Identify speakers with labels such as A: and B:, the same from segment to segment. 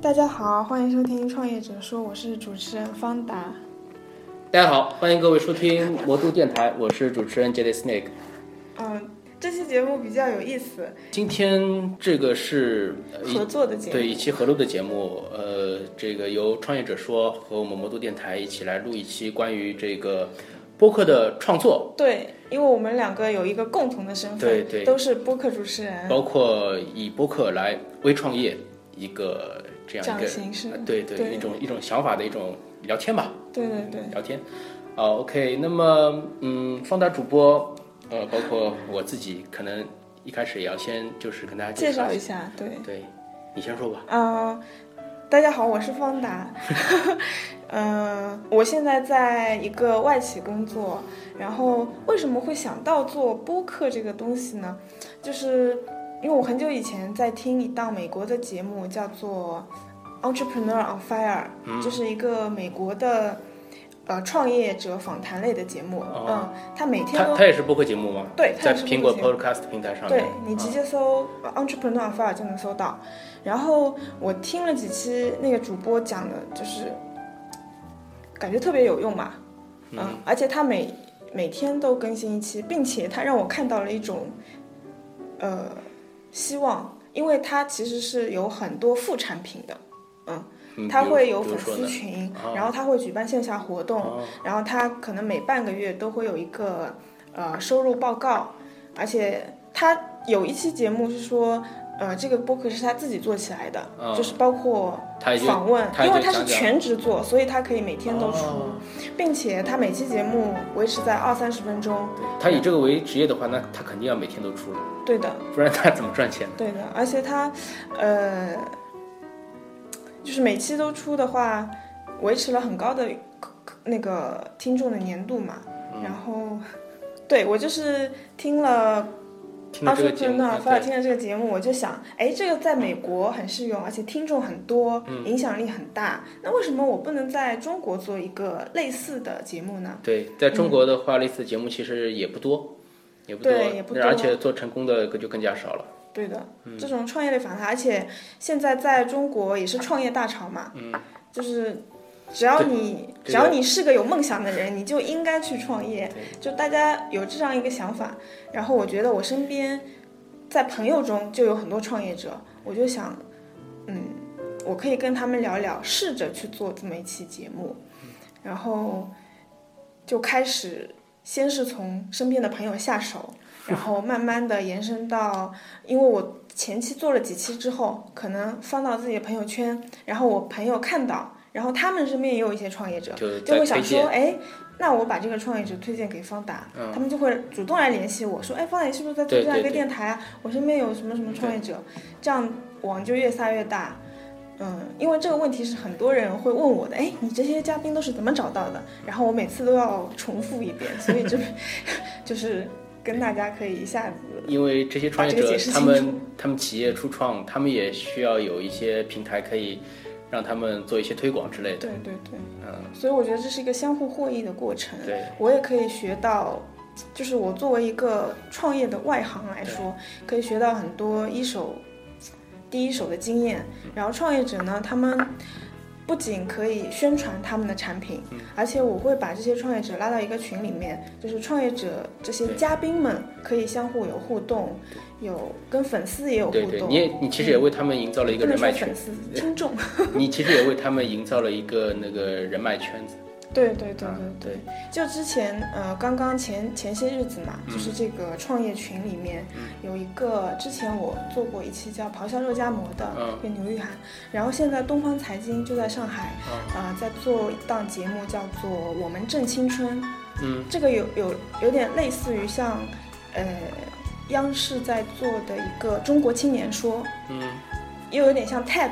A: 大家好，欢迎收听《创业者说》，我是主持人方达。
B: 大家好，欢迎各位收听魔都电台，我是主持人 Jelly Snake。
A: 嗯，这期节目比较有意思，
B: 今天这个是呃一
A: 合作的节目。
B: 对一期合录的节目，呃，这个由创业者说和我们魔都电台一起来录一期关于这个播客的创作，
A: 对，因为我们两个有一个共同的身份，
B: 对对哦
A: 都是播客主持人，
B: 包括以播客来微创业一个这样一
A: 样
B: 个
A: 形式
B: 呃。对对
A: 对
B: 一种一种想法的一种聊天吧，
A: 对对对，
B: 聊天。啊、o k 那么嗯，方达主播，呃，包括我自己，可能一开始也要先就是跟大家
A: 介绍
B: 一
A: 一
B: 下。
A: 下，对，
B: 对，你先说吧。
A: 嗯、大家好，我是方达， 嗯、我现在在一个外企工作，然后为什么会想到做播客这个东西呢？就是因为我很久以前在听一档美国的节目，叫做《Entrepreneur on Fire》，就是一
B: 嗯
A: 个美国的呃创业者访谈类的节目。
B: 哦
A: 嗯，他每天
B: 他
A: 都
B: 他也是播客节目吗？
A: 对它
B: 在
A: 也是
B: 苹
A: 播
B: 果
A: 客节
B: Podcast 平台上面。
A: 对
B: 啊
A: 你直接搜呃 entrepreneur fire 就能搜到。然后我听了几期那个主播讲的，就是感觉特别有用嘛，嗯，而且他每每天都更新一期，并且他让我看到了一种呃希望，因为它其实是有很多副产品的。
B: 嗯，
A: 他
B: 比如
A: 会有
B: 比如
A: 粉
B: 说
A: 丝
B: 呢？
A: 群
B: 啊，
A: 然后他会举办线下活动，
B: 哦
A: 然后他可能每半个月都会有一个呃收入报告，而且他有一期节目是说，呃，这个播客是他自己做起来的，
B: 嗯
A: 就是包括
B: 他已经
A: 访问，
B: 他已
A: 因为
B: 经
A: 他是
B: 讲讲
A: 全职做，所以他可以每天都出，
B: 哦
A: 并且他每期节目维持在二三十分钟，
B: 对他以这个为职业的话，那他肯定要每天都出了，
A: 对的，
B: 不然他怎么赚钱呢？
A: 对的，而且它，呃，就是每期都出的话，维持了很高的那个听众的粘度嘛。
B: 嗯
A: 然后，对我就是听了
B: 听
A: 二
B: 了这
A: 十
B: 个节
A: 分
B: 目，
A: 呢，
B: 啊
A: 反而
B: 对
A: 听了这个节目，我就想，哎，这个在美国很适用，而且听众很多，
B: 嗯
A: 影响力很大。那为什么我不能在中国做一个类似的节目呢？
B: 对，在
A: 嗯
B: 中国的话，类似的节目其实也不多，也不多，
A: 对也不多
B: 而且做成功的就更加少了。
A: 对的，
B: 嗯
A: 这种创业类访谈，而且现在在中国也是创业大潮嘛，就是只要你
B: 嗯
A: 只
B: 对
A: 要你是个有梦想的人，你就应该去创业，就大家有这样一个想法。然后我觉得我身边在朋友中就有很多创业者，我就想，嗯，我可以跟他们聊聊，试着去做这么一期节目，然后就开始先是从身边的朋友下手，然后慢慢的延伸到，因为我前期做了几期之后，可能放到自己的朋友圈，然后我朋友看到，然后他们身边也有一些创业者，
B: 就
A: 就会
B: 在呃推
A: 想说，
B: 荐，嗯
A: 哎，那我把这个创业者推荐给方达，他们就会主动来联系我说，哎，方达你是不是在做
B: 对
A: 这样一个
B: 对对
A: 电台啊？我身边有什么什么创业者，这样网就越撒越大。嗯，因为这个问题是很多人会问我的，哎，你这些嘉宾都是怎么找到的？然后我每次都要重复一遍，所以这 就是跟大家可以一下子
B: 因为这些创业
A: 把这
B: 者
A: 个解释，
B: 他
A: 清楚
B: 们他们企业初创，他们也需要有一些平台可以让他们做一些推广之类的。
A: 对对对，
B: 嗯，
A: 所以我觉得这是一个相互获益的过程。
B: 对。
A: 我也可以学到，就是我作为一个创业的外行来说，可以学到很多一手、第一手的经验。
B: 嗯
A: 然后创业者呢，他们不仅可以宣传他们的产品，
B: 嗯
A: 而且我会把这些创业者拉到一个群里面，就是创业者这些
B: 对
A: 嘉宾们可以相互有互动，有跟粉丝也有
B: 对
A: 互
B: 对，
A: 动。
B: 你也你其实也为他们营造了一个
A: 不能
B: 人
A: 说
B: 脉圈
A: 粉，丝，听众。
B: 你其实也为他们营造了一个那个人脉圈子。
A: 对对对
B: 啊
A: 对对，就之前呃，刚刚前前些日子嘛，
B: 嗯
A: 就是这个创业群里面有一个，之前我做过一期叫《咆哮肉夹馍》的
B: 嗯
A: 一个牛玉涵，然后现在东方财经就在上海，
B: 嗯
A: 呃，在做一档节目叫做《我们正青春》，
B: 嗯，
A: 这个有有有点类似于像呃央视在做的一个《中国青年说》，
B: 嗯，
A: 又有点像 TED，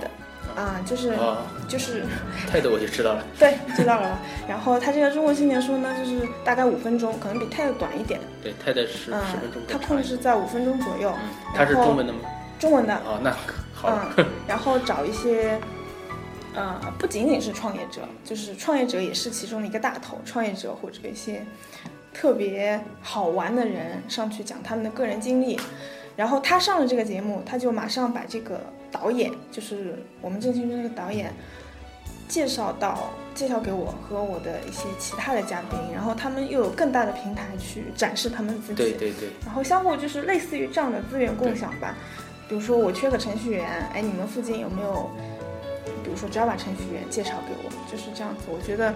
A: 啊、就是、
B: 哦，
A: 就是。
B: 态度我就知道了。
A: 对，知道了吧。然后它这个中国青年说呢，就是大概五分钟，可能比 TED 短一点，
B: 对，态度十
A: 嗯
B: 十分钟，
A: 它控制在五分钟左右，
B: 嗯，它是中文的吗？
A: 中文的，
B: 哦，那好了。
A: 啊嗯，然后找一些，呃，不仅仅是创业者，就是创业者也是其中的一个大头，创业者或者一些特别好玩的人上去讲他们的个人经历，然后他上了这个节目，他就马上把这个导演，就是我们《正青春》那个导演介绍到介绍给我和我的一些其他的嘉宾，然后他们又有更大的平台去展示他们自己。
B: 对对对，
A: 然后相互就是类似于这样的资源共享吧。比如说我缺个程序员，哎，你们附近有没有，比如说 Java 程序员介绍给我？就是这样子。我觉得，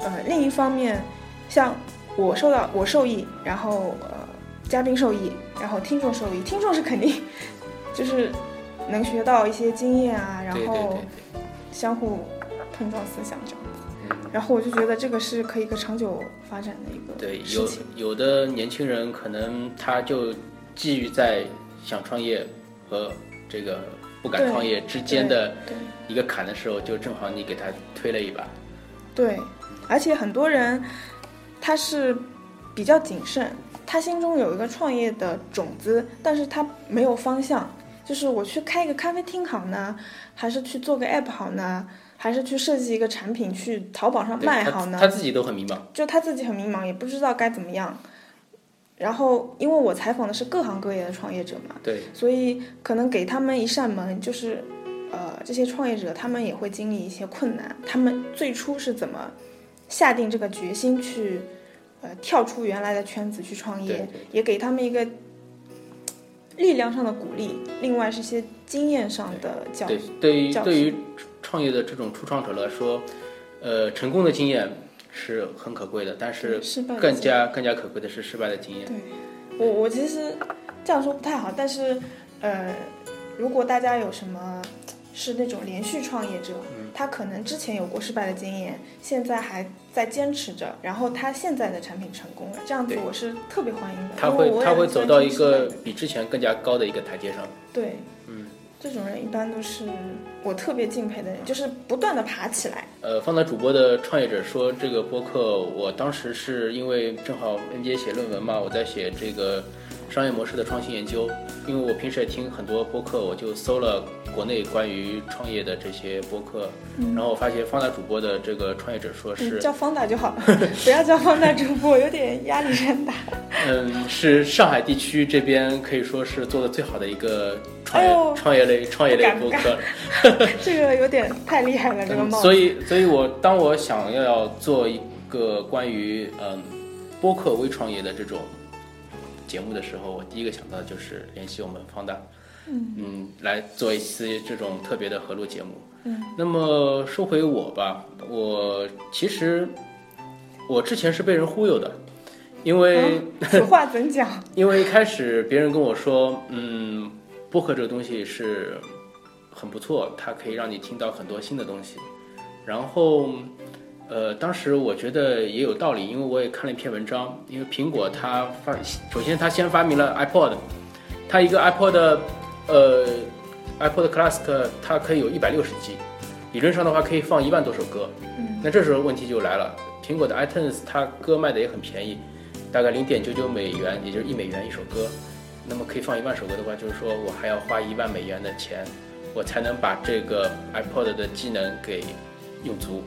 A: 呃，另一方面，像我受到我受益，然后呃，嘉宾受益，然后听众受益，听众是肯定就是能学到一些经验啊，然
B: 对对对
A: 后相互碰撞思想这样子。然后我就觉得这个是可以一个长久发展的一个
B: 对对，
A: 事
B: 有
A: 情。
B: 有的年轻人可能他就基于在想创业和这个不敢
A: 对
B: 创业之间的
A: 对。对
B: 一个坎的时候，就正好你给他推了一把。
A: 对，而且很多人他是比较谨慎，他心中有一个创业的种子，但是他没有方向。就是我去开一个咖啡厅好呢，还是去做个 app 好呢，还是去设计一个产品去淘宝上
B: 对
A: 卖
B: 他
A: 好呢？
B: 他自己都很迷茫。
A: 就他自己很迷茫，也不知道该怎么样。然后，因为我采访的是各行各业的创业者嘛，
B: 对
A: 所以可能给他们一扇门，就是，呃，这些创业者他们也会经历一些困难，他们最初是怎么下定这个决心去，呃，跳出原来的圈子去创
B: 对
A: 业，也给他们一个力量上的鼓励，另外是一些经验上的教
B: 对
A: 育，，
B: 对于
A: 教
B: 对
A: 训
B: 于创业的这种初创者来说，呃，成功的经验是很可贵的，但是
A: 失败的
B: 更
A: 经
B: 加更加可贵的是失败的经验。
A: 对，我我其实这样说不太好，但是呃，如果大家有什么是那种连续创业者，
B: 嗯
A: 他可能之前有过失败的经验，现在还在坚持着，然后他现在的产品成功了，这样子
B: 对
A: 我是特别欢迎的。
B: 他
A: 因为
B: 会
A: 我也
B: 他
A: 很
B: 会
A: 喜
B: 走
A: 欢
B: 到
A: 这
B: 一
A: 种失败
B: 个
A: 的
B: 比之前更加高的一个台阶上。
A: 对，
B: 嗯，
A: 这种人一般都是我特别敬佩的人，就是不断的爬起来。
B: 呃，放到主播的创业者说这个播客，我当时是因为正好 MBA 写论文嘛，我在写这个商业模式的创新研究。因为我平时也听很多播客，我就搜了国内关于创业的这些播客，
A: 嗯
B: 然后我发现放大主播的这个创业者说
A: 你
B: 是，
A: 叫方大就好了， 不要叫方大主播，有点压力山大。
B: 嗯，是上海地区这边可以说是做的最好的一个创业、
A: 哎呦
B: 创业类创业类
A: 不敢
B: 播
A: 不敢
B: 客。
A: 这个有点太厉害了，这个
B: 嗯，
A: 帽子。
B: 所以，所以我当我想要做一个关于嗯播客微创业的这种节目的时候，我第一个想到的就是联系我们方大，嗯来做一次这种特别的合录节目。
A: 嗯，
B: 那么说回我吧，我其实我之前是被人忽悠的，因为、
A: 此话怎讲？
B: 因为一开始别人跟我说，嗯，播客这个东西是很不错，它可以让你听到很多新的东西。然后，呃，当时我觉得也有道理，因为我也看了一篇文章，因为苹果它发，首先它先发明了 iPod，它一个 iPod，呃，iPod Classic 它可以有一百六十 G，理论上的话可以放一万多首歌。
A: 嗯，
B: 那这时候问题就来了，苹果的 iTunes 它歌卖的也很便宜，大概零点九九美元，也就是一美元一首歌。那么可以放一万首歌的话，就是说我还要花一万美元的钱，我才能把这个 iPod 的机能给用足。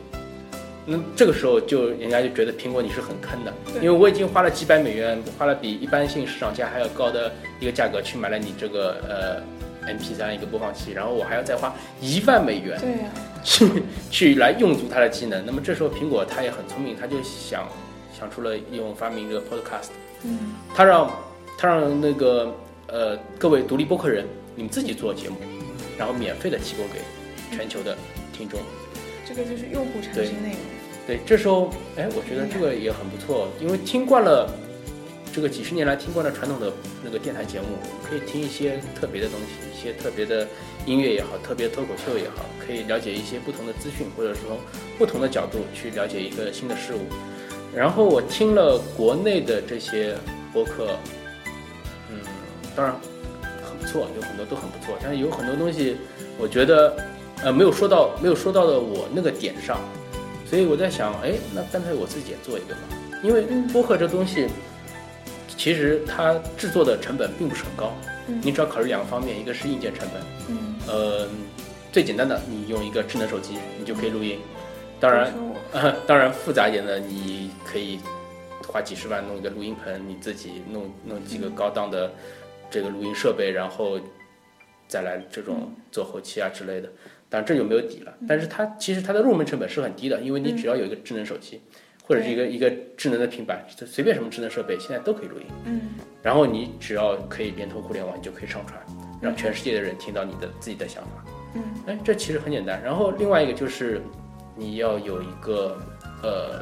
B: 那这个时候就人家就觉得苹果你是很坑的，因
A: 对
B: 为我已经花了几百美元，花了比一般性市场价还要高的一个价格去买了你这个呃 MP3 一个播放器，然后我还要再花一万美元
A: 对呀、啊
B: 去 去来用足它的机能。那么这时候苹果它也很聪明，它就想想出了用发明这个 Podcast，
A: 嗯，
B: 它让它让那个呃各位独立播客人你们自己做节目，然后免费的提供给全球的听众。
A: 这个就是用户产
B: 对
A: 生内容。
B: 对，这时候哎，我觉得这个也很不错，因为听惯了这个几十年来听惯了传统的那个电台节目，可以听一些特别的东西，一些特别的音乐也好，特别脱口秀也好，可以了解一些不同的资讯，或者说不同的角度去了解一个新的事物。然后我听了国内的这些播客，嗯，当然很不错，有很多都很不错，但是有很多东西我觉得呃没有说到没有说到的我那个点上。所以我在想，哎，那干脆我自己也做一个吧，因为
A: 嗯
B: 播客这东西，其实它制作的成本并不是很高，
A: 嗯
B: 你只要考虑两个方面，一个是硬件成本，
A: 嗯，
B: 呃，最简单的你用一个智能手机你就可以录音，当然
A: 比如说
B: 呃，当然复杂一点的，你可以花几十万弄一个录音棚，你自己弄弄几个高档的这个录音设备，然后再来这种做后期啊之类的。当然这就没有底了，但是它其实它的入门成本是很低的，因为你只要有一个智能手机，或者是一个一个智能的平板，就随便什么智能设备现在都可以录音。
A: 嗯，
B: 然后你只要可以连通互联网，你就可以上传，让全世界的人听到你的自己的想法。
A: 嗯，
B: 哎，这其实很简单。然后另外一个就是你要有一个呃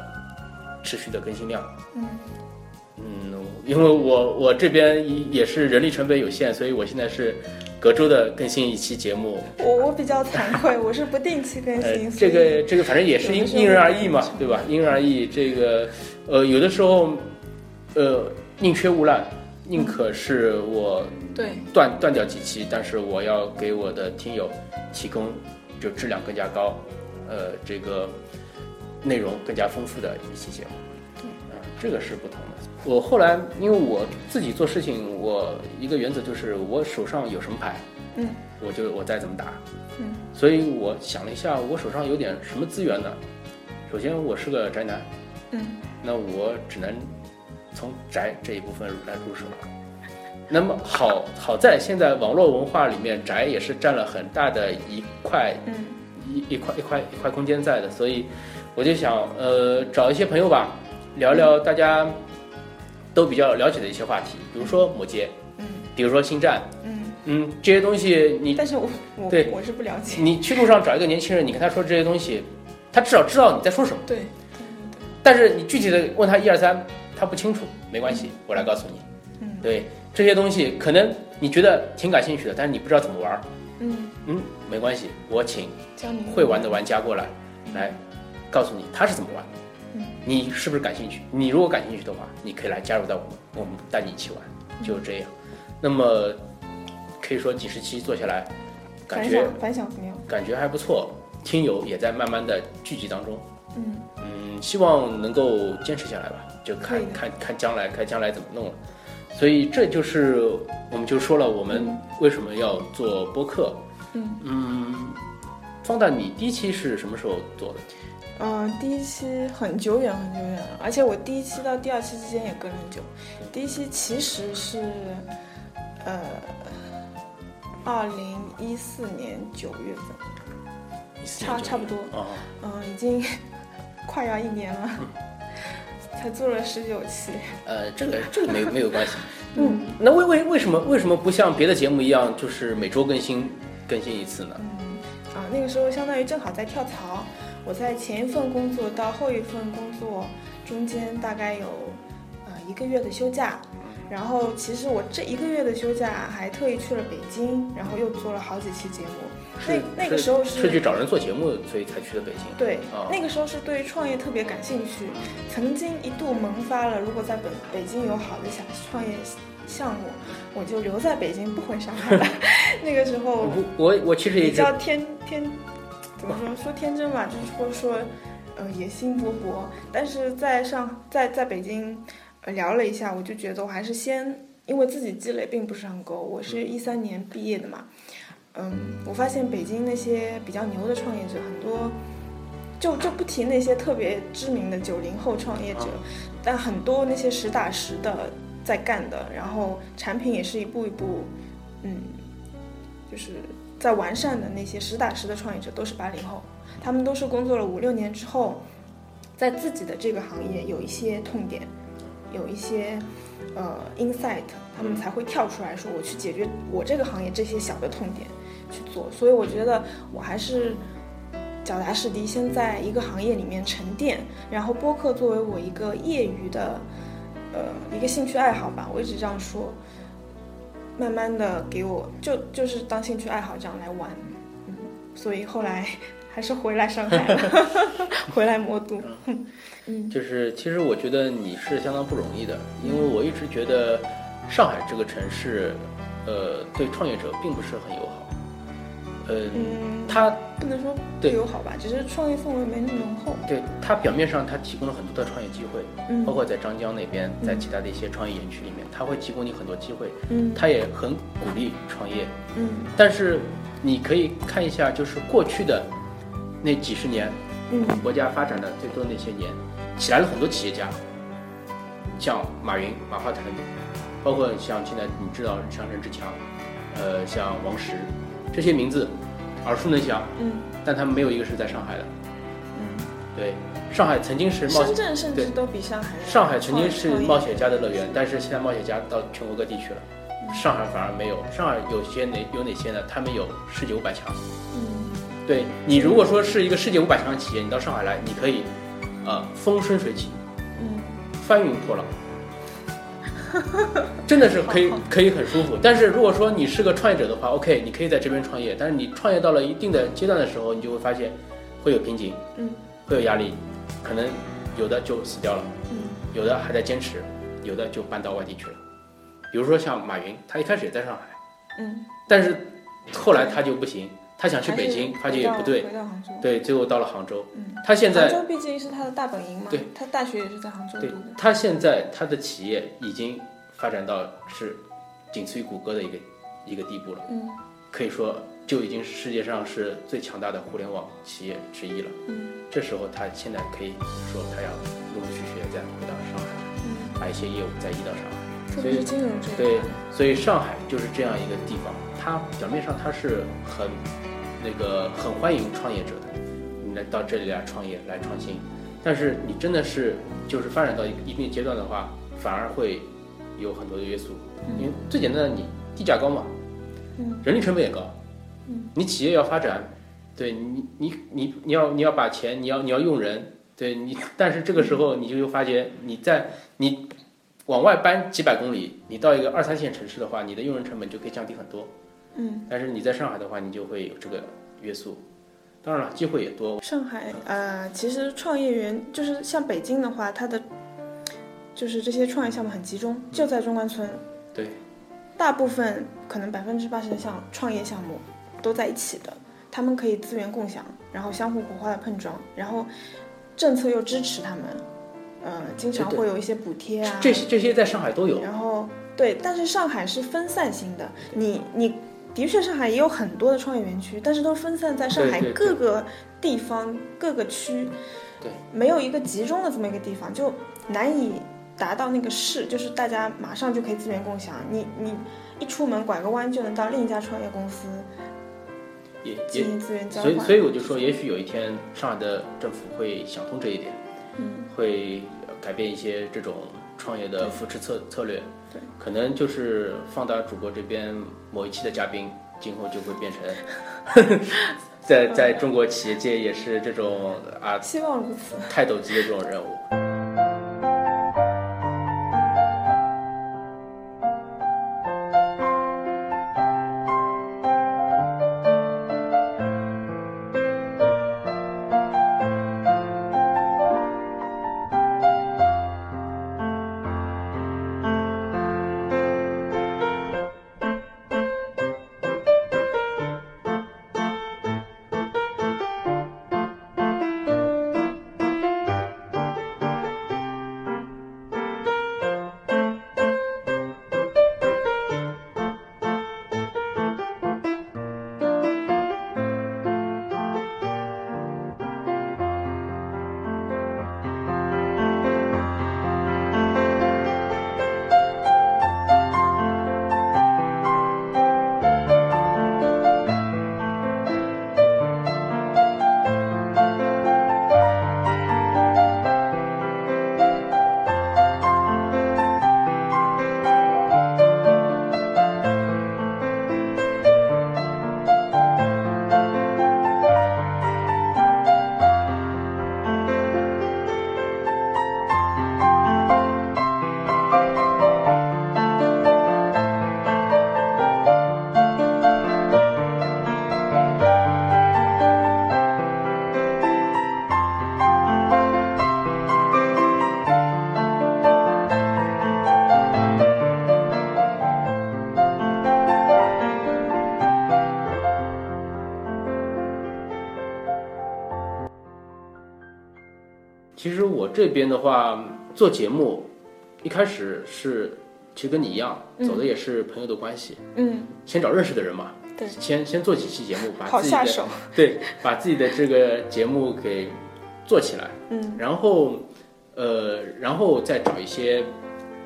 B: 持续的更新量。
A: 嗯
B: 嗯，因为我我这边也是人力成本有限，所以我现在是隔周的更新一期节目。
A: 嗯我我比较惭 愧，我是不定期更
B: 呃
A: 新。，
B: 这个这个反正也是
A: 有
B: 因
A: 的时候
B: 因人而异嘛，对吧？因人而异，这个呃有的时候呃宁缺毋滥，宁可是我
A: 所以对，
B: 断断掉几期，但是我要给我的听友提供就质量更加高，呃，这个内容更加丰富的一期节目。
A: 对
B: 啊，这个是不同的。我后来因为我自己做事情，我一个原则就是我手上有什么牌，
A: 嗯，
B: 我就我再怎么打，
A: 嗯，
B: 所以我想了一下，我手上有点什么资源呢？首先，我是个宅男，
A: 嗯
B: 那我只能从宅这一部分来入手了。那么好好在现在网络文化里面，宅也是占了很大的一块
A: 嗯
B: 一一块一块一块空间在的，所以我就想呃找一些朋友吧，聊聊大家都比较了解的一些话题，比如说某街，
A: 嗯
B: 比如说星战，
A: 嗯，
B: 嗯，这些东西你
A: 但是我我
B: 对
A: 我是不了解。
B: 你去路上找一个年轻人，你跟他说这些东西，他至少知道你在说什么。
A: 对，
B: 但是你具体的问他一二三，他不清楚，没关系，我来告诉你。
A: 嗯
B: 对这些东西，可能你觉得挺感兴趣的，但是你不知道怎么玩儿。
A: 嗯，
B: 嗯，没关系，我请
A: 教你
B: 会玩的玩家过来，来告诉你他是怎么玩。
A: 嗯，
B: 你是不是感兴趣？你如果感兴趣的话，你可以来加入到我们，我们带你一起
A: 嗯
B: 玩，就是这样。那么可以说几十期做下来，感
A: 反
B: 觉
A: 响反响不妙。
B: 感觉还不错，听友也在慢慢的聚集当中。
A: 嗯
B: 嗯，希望能够坚持下来吧，就
A: 可
B: 看
A: 以的
B: 看看将来，看将来怎么弄了。所以这就是我们就说了，我们为什么要做播客。
A: 嗯
B: 嗯，方大，你第一期是什么时候做的？
A: 嗯、呃，第一期很久远很久远了，而且我第一期到第二期之间也隔了很久。第一期其实是呃二零一四年九月份，
B: 14
A: 差
B: 年左右
A: 差不多。
B: 哦，
A: 嗯，已经 快要一年了， 才做了十九期。
B: 呃，这个这个没没有关 系。嗯，那为为为什么为什么不像别的节目一样，就是每周更新更新一次呢？
A: 嗯，啊，那个时候相当于正好在跳槽，我在前一份工作到后一份工作中间大概有呃一个月的休假，然后其实我这一个月的休假还特意去了北京，然后又做了好几期节目。那
B: 是
A: 那个时候
B: 是
A: 是
B: 去找人做节目，所以才去的北京。
A: 对
B: 哦，
A: 那个时候是对创业特别感兴趣，曾经一度萌发了，如果在北北京有好的想创业项目，我就留在北京不回上海了。 那个时候
B: 我我我其实也
A: 比
B: 一直
A: 较天天，怎么说说天真吧，就是说说，呃，野心勃勃。但是在上在在北京、呃聊了一下，我就觉得我还是先，因为自己积累并不是很够。我是一三年毕业的嘛，嗯，我发现北京那些比较牛的创业者很多。就就不提那些特别知名的九零后创业者，但很多那些实打实的在干的，然后产品也是一步一步，嗯，就是在完善的那些实打实的创业者都是八零后，他们都是工作了五六年之后，在自己的这个行业有一些痛点，有一些呃 insight，他们才会跳出来说我去解决我这个行业这些小的痛点去做。所以我觉得我还是脚踏实地，先在一个行业里面沉淀，然后播客作为我一个业余的呃一个兴趣爱好吧，我一直这样说。慢慢的给我就就是当兴趣爱好这样来玩，嗯，所以后来 还是回来上海了， 回来魔都，嗯
B: 就是其实我觉得你是相当不容易的，因为我一直觉得上海这个城市，呃，对创业者并不是很友好。呃，
A: 嗯，
B: 它
A: 不能说不
B: 对
A: 友好吧，只是创业氛围没那么浓厚，
B: 对它表面上它提供了很多的创业机会，
A: 嗯
B: 包括在张江那边，
A: 嗯
B: 在其他的一些创业园区里面，它会提供你很多机会，
A: 嗯
B: 它也很鼓励创业。
A: 嗯
B: 但是你可以看一下，就是过去的那几十年，
A: 嗯
B: 国家发展的最多的那些年，起来了很多企业家，像马云、马化腾，包括像现在你知道像任志强，呃，像王石这些名字耳熟能详，
A: 嗯，
B: 但他们没有一个是在上海的。
C: 嗯，
B: 对，上海曾经是冒
A: 深圳甚至都比上海
B: 上海曾经是
A: 创
B: 冒险家的乐园，但是现在冒险家到全国各地去了，上海反而没有。上海有些哪有哪些呢？他们有世界五百强。
A: 嗯
B: 对你如果说是一个世界五百强的企业，你到上海来，你可以，呃，风生水起，
A: 嗯
B: 翻云破浪，真的是可 以
A: 好好
B: 可以很舒服。但是如果说你是个创业者的话，OK，你可以在这边创业，但是你创业到了一定的阶段的时候，你就会发现会有瓶颈，
A: 嗯，
B: 会有压力，可能有的就死掉了，
A: 嗯
B: 有的还在坚持，有的就搬到外地去了。比如说像马云，他一开始也在上海，
A: 嗯，
B: 但是后来他就不行，他想去北京，
A: 还
B: 发
A: 是
B: 觉也不
A: 回到
B: 对，
A: 回到杭州，
B: 对，最后到了杭州
A: 嗯。
B: 他现在
A: 杭州毕竟是他的大本营嘛，
B: 对
A: 他大学也是在杭州读
B: 对
A: 的，
B: 他现在他的企业已经发展到是仅次于谷歌的一个一个地步了，
A: 嗯
B: 可以说就已经是世界上是最强大的互联网企业之一了。
A: 嗯
B: 这时候他现在可以说他要陆陆续续地再回到上海，
A: 嗯，
B: 把一些业务再移到上海。
A: 特别是金融这一块，
B: 对，所以上海就是这样一个地方，它表面上它是很那个很欢迎创业者的，你来到这里来创业来创新，但是你真的是就是发展到一一定阶段的话，反而会有很多的约束，因为最简单的你地价高嘛，
A: 嗯，
B: 人力成本也高，
A: 嗯，
B: 你企业要发展，对你你你你要你要把钱，你要你要用人，对你，但是这个时候你就又发觉你在你往外搬几百公里，你到一个二三线城市的话，你的用人成本就可以降低很多，
A: 嗯，
B: 但是你在上海的话，你就会有这个约束，当然了，机会也多，
A: 上海呃，其实创业园就是像北京的话，它的就是这些创业项目很集中，就在中关村，
B: 对，
A: 大部分可能百分之八十的项创业项目都在一起的，他们可以资源共享，然后相互火花的碰撞，然后政策又支持他们，呃，经常
B: 对对
A: 会有一些补贴啊，
B: 这些这些在上海都有，
A: 然后对，但是上海是分散型的，你你的确上海也有很多的创业园区，但是都分散在上海
B: 对对对
A: 各个地方各个区，
B: 对，
A: 没有一个集中的这么一个地方，就难以达到那个市，就是大家马上就可以资源共享，你你一出门拐个弯就能到另一家创业公司
B: 也也
A: 进行资源交
B: 所
A: 换，
B: 以，所以我就说，也许有一天上海的政府会想通这一点，
A: 嗯，
B: 会呃改变一些这种创业的
A: 对
B: 扶持策策略，
A: 对，
B: 可能就是放大主播这边某一期的嘉宾，今后就会变成在在中国企业界也是这种啊
A: 希望如此。
B: 泰斗级的这种任务。其实我这边的话，做节目一开始是其实跟你一样，
A: 嗯
B: 走的也是朋友的关系，
A: 嗯，
B: 先找认识的人嘛，
A: 对
B: 先先做几期节目，把
A: 好
B: 自己
A: 下
B: 的
A: 手。
B: 对，把自己的这个节目给做起来，
A: 嗯
B: 然后，呃，然后再找一些，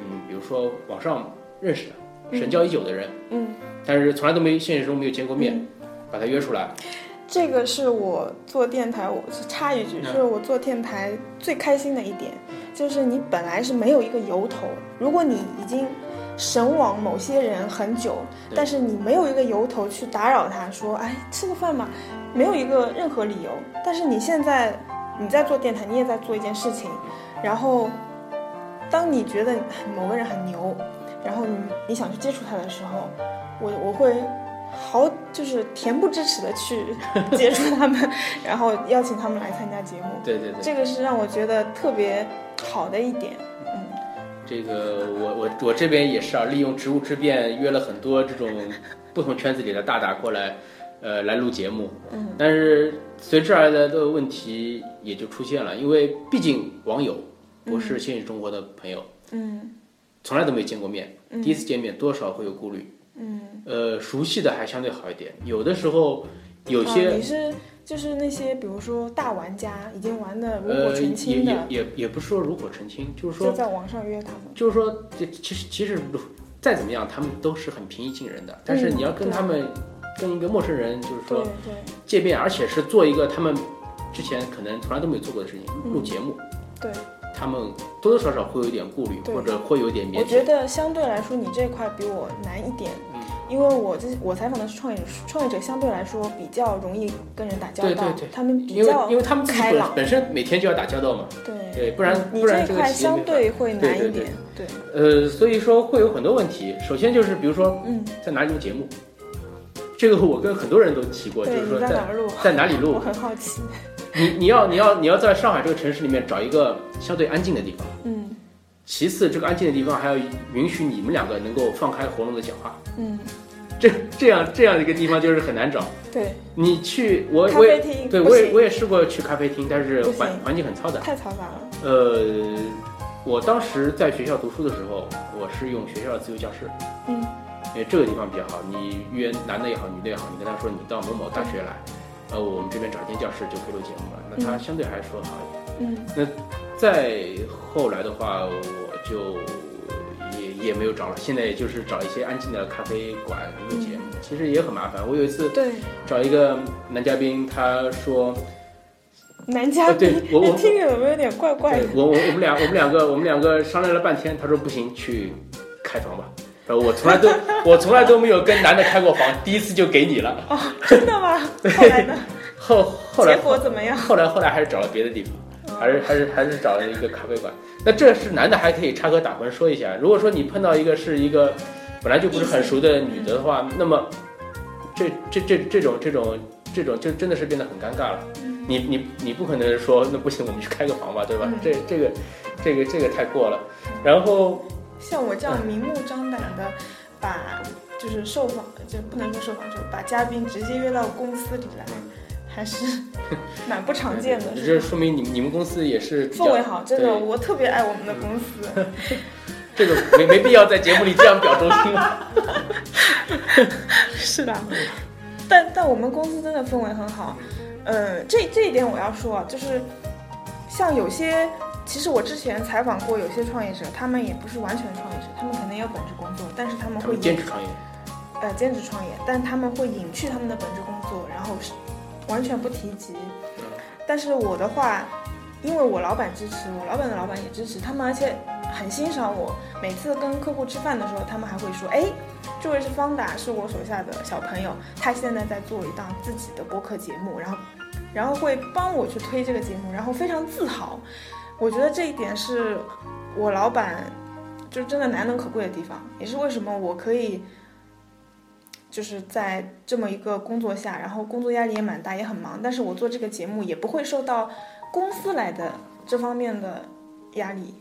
B: 嗯，比如说网上认识的，神交已久的人，
A: 嗯，
B: 但是从来都没现实中没有见过面，把他约出来，
A: 这个是我做电台，我插一句，
B: 嗯
A: 是我做电台最开心的一点，就是你本来是没有一个由头，如果你已经神往某些人很久，
B: 对
A: 但是你没有一个由头去打扰他，说哎吃个饭嘛，没有一个任何理由。但是你现在你在做电台，你也在做一件事情，然后当你觉得某个人很牛，然后你你想去接触他的时候，我我会好就是恬不知耻的去 接触他们，然后邀请他们来参加节目，
B: 对对对。
A: 这个是让我觉得特别好的一点。
B: 这个我我我这边也是啊，利用职务之便约了很多这种不同圈子里的大大过来，呃，来录节目。嗯，但是随之而来的问题也就出现了，因为毕竟网友不是现实生活的朋友，
A: 嗯
B: 从来都没见过面，第一次见面多少会有顾虑。
A: 嗯，
B: 呃，熟悉的还相对好一点，有的时候有
A: 啊、
B: 些、
A: 你是就是那些比如说大玩家已经玩的炉火
B: 呃，
A: 纯
B: 也
A: 青的，
B: 也也也不是说如火纯青，就是
A: 就
B: 说
A: 在网上约他们。
B: 就是说，这其实其实再怎么样，他们都是很平易近人的。但是你要跟
A: 嗯对
B: 他们，跟一个陌生人，就是
A: 对
B: 说
A: 对
B: 见面，而且是做一个他们之前可能从来都没有做过的事情，
A: 嗯
B: 录节目，
A: 对，
B: 他们多多少少会有一点顾虑，
A: 对
B: 或者会有一点
A: 我
B: 腼
A: 觉
B: 腆。
A: 得相对来说你这块比我难一点，
B: 嗯
A: 因为我这我采访的是创业者，创业者相对来说比较容易跟人打交道，
B: 对对对
A: 他们比
B: 因为
A: 较
B: 因为他们自己
A: 开
B: 本
A: 朗
B: 本身每天就要打交道嘛，
A: 对。
B: 对，不然
A: 你
B: 不然
A: 这
B: 这个
A: 块
B: 企业没
A: 相
B: 法
A: 对会难一
B: 对对
A: 点，对，
B: 呃，所以说会有很多问题。首先就是比如说
A: 嗯，
B: 在哪里录节目，这个我跟很多人都提过，就
A: 对，
B: 是
A: 你
B: 说
A: 在哪
B: 在
A: 儿录？
B: 在哪里录
A: 我，很好 奇，
B: 你你要你要你要在上海这个城市里面找一个相对安静的地方，
A: 嗯
B: 其次这个安静的地方还要允许你们两个能够放开喉咙的讲话，
A: 嗯，
B: 这这样这样的一个地方就是很难找。
A: 对，
B: 你去我
A: 咖
B: 我也
A: 啡厅
B: 对
A: 不
B: 我也
A: 行
B: 我也试过去咖啡厅，但是
A: 不行
B: 环环境很嘈杂。
A: 太嘈杂了，
B: 呃，我当时在学校读书的时候，我是用学校的自由教室，
A: 嗯，
B: 因为这个地方比较好，你约男的也好，女的也好，你跟他说你到某某大学来，呃，我们这边找一间教室就可以录节目了，那他相对还说好一点。
A: 嗯
B: 再后来的话，我就也也没有找了，现在也就是找一些安静的咖啡馆录节目，其实也很麻烦。我有一次
A: 对，
B: 找一个男嘉宾，他说，
A: 男嘉
B: 呃，
A: 宾，
B: 对我
A: 你
B: 我
A: 听着有没有点怪怪
B: 对
A: 的？
B: 我我我们俩我们两个我们两个商量了半天，他说不行，去开房吧。然后我从来都我从来都没有跟男的开过房，第一次就给你了。
A: 真的吗？ 后来呢？
B: 后后来
A: 结果怎么样？
B: 后来后来还是找了别的地方。 还是还是还是找了一个咖啡馆。那这是男的还可以插科打诨说一下。如果说你碰到一个是一个本来就不是很熟的女的的话，那么这这这这种这种这种就真的是变得很尴尬了。你你你不可能说那不行，我们去开个房吧，对吧？
A: 嗯
B: 这这个这个这个太过了。然后
A: 像我这样明目张胆的把就是受访，就不能说受访者，把嘉宾直接约到公司里来
B: 嗯，
A: 还是 蛮不常见的。
B: 这呃说明你们你们公司也是比较
A: 氛围好，真的，
B: 对
A: 我特别爱我们的公司。
B: 这个没没必要在节目里这样表忠心了。
A: 是的，但但我们公司真的氛围很好。呃，这这一点我要说啊，就是像有些，其实我之前采访过有些创业者，他们也不是完全创业者，他们可能也有本职工作，但是他们
B: 他
A: 会
B: 们
A: 以
B: 坚持创业，
A: 呃兼职创业，但他们会隐去他们的本职工作，然后是完全不提及。但是我的话，因为我老板支持，我老板的老板也支持他们，而且很欣赏我。每次跟客户吃饭的时候，他们还会说：“哎，这位是方达，是我手下的小朋友，他现在在做一档自己的播客节目，然后，然后会帮我去推这个节目，然后非常自豪。我觉得这一点是我老板就真的难能可贵的地方，也是为什么我可以。”就是在这么一个工作下，然后工作压力也蛮大，也很忙，但是我做这个节目也不会受到公司来的这方面的压力，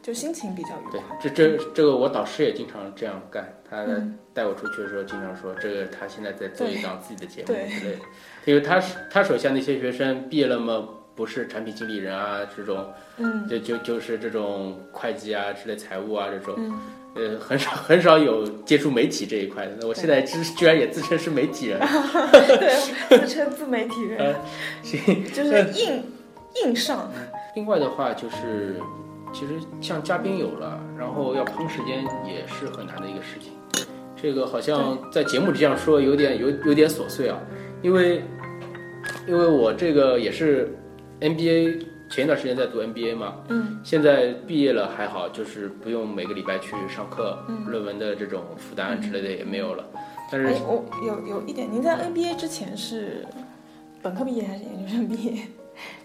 A: 就心情比较愉
B: 对
A: 快。，
B: 这这这个我导师也经常这样干，他
A: 嗯
B: 带我出去的时候经常说，这个他现在在做一档自己的节目
A: 对
B: 之类的，因为他他手下那些学生毕业了嘛，不是产品经理人啊这种，
A: 嗯
B: 就就就是这种会计啊之类财务啊这种，
A: 嗯，
B: 呃，很少很少有接触媒体这一块的。那我现在居居然也自称是媒体人，
A: 对， 自称自媒体
B: 呃
A: 人，
B: 行。
A: 就是硬硬上。啊
B: 另外的话就是，其实像嘉宾有了，然后要碰时间也是很难的一个事情。这个好像在节目里这样说有点有有点琐碎啊，因为因为我这个也是 NBA 前一段时间在读 NBA 嘛，
A: 嗯，
B: 现在毕业了还好，就是不用每个礼拜去上课，
A: 嗯
B: 论文的这种负担之类的也没有了。但是
A: 哎，我有有一点，您在 NBA 之前是本科毕业还是研究生毕业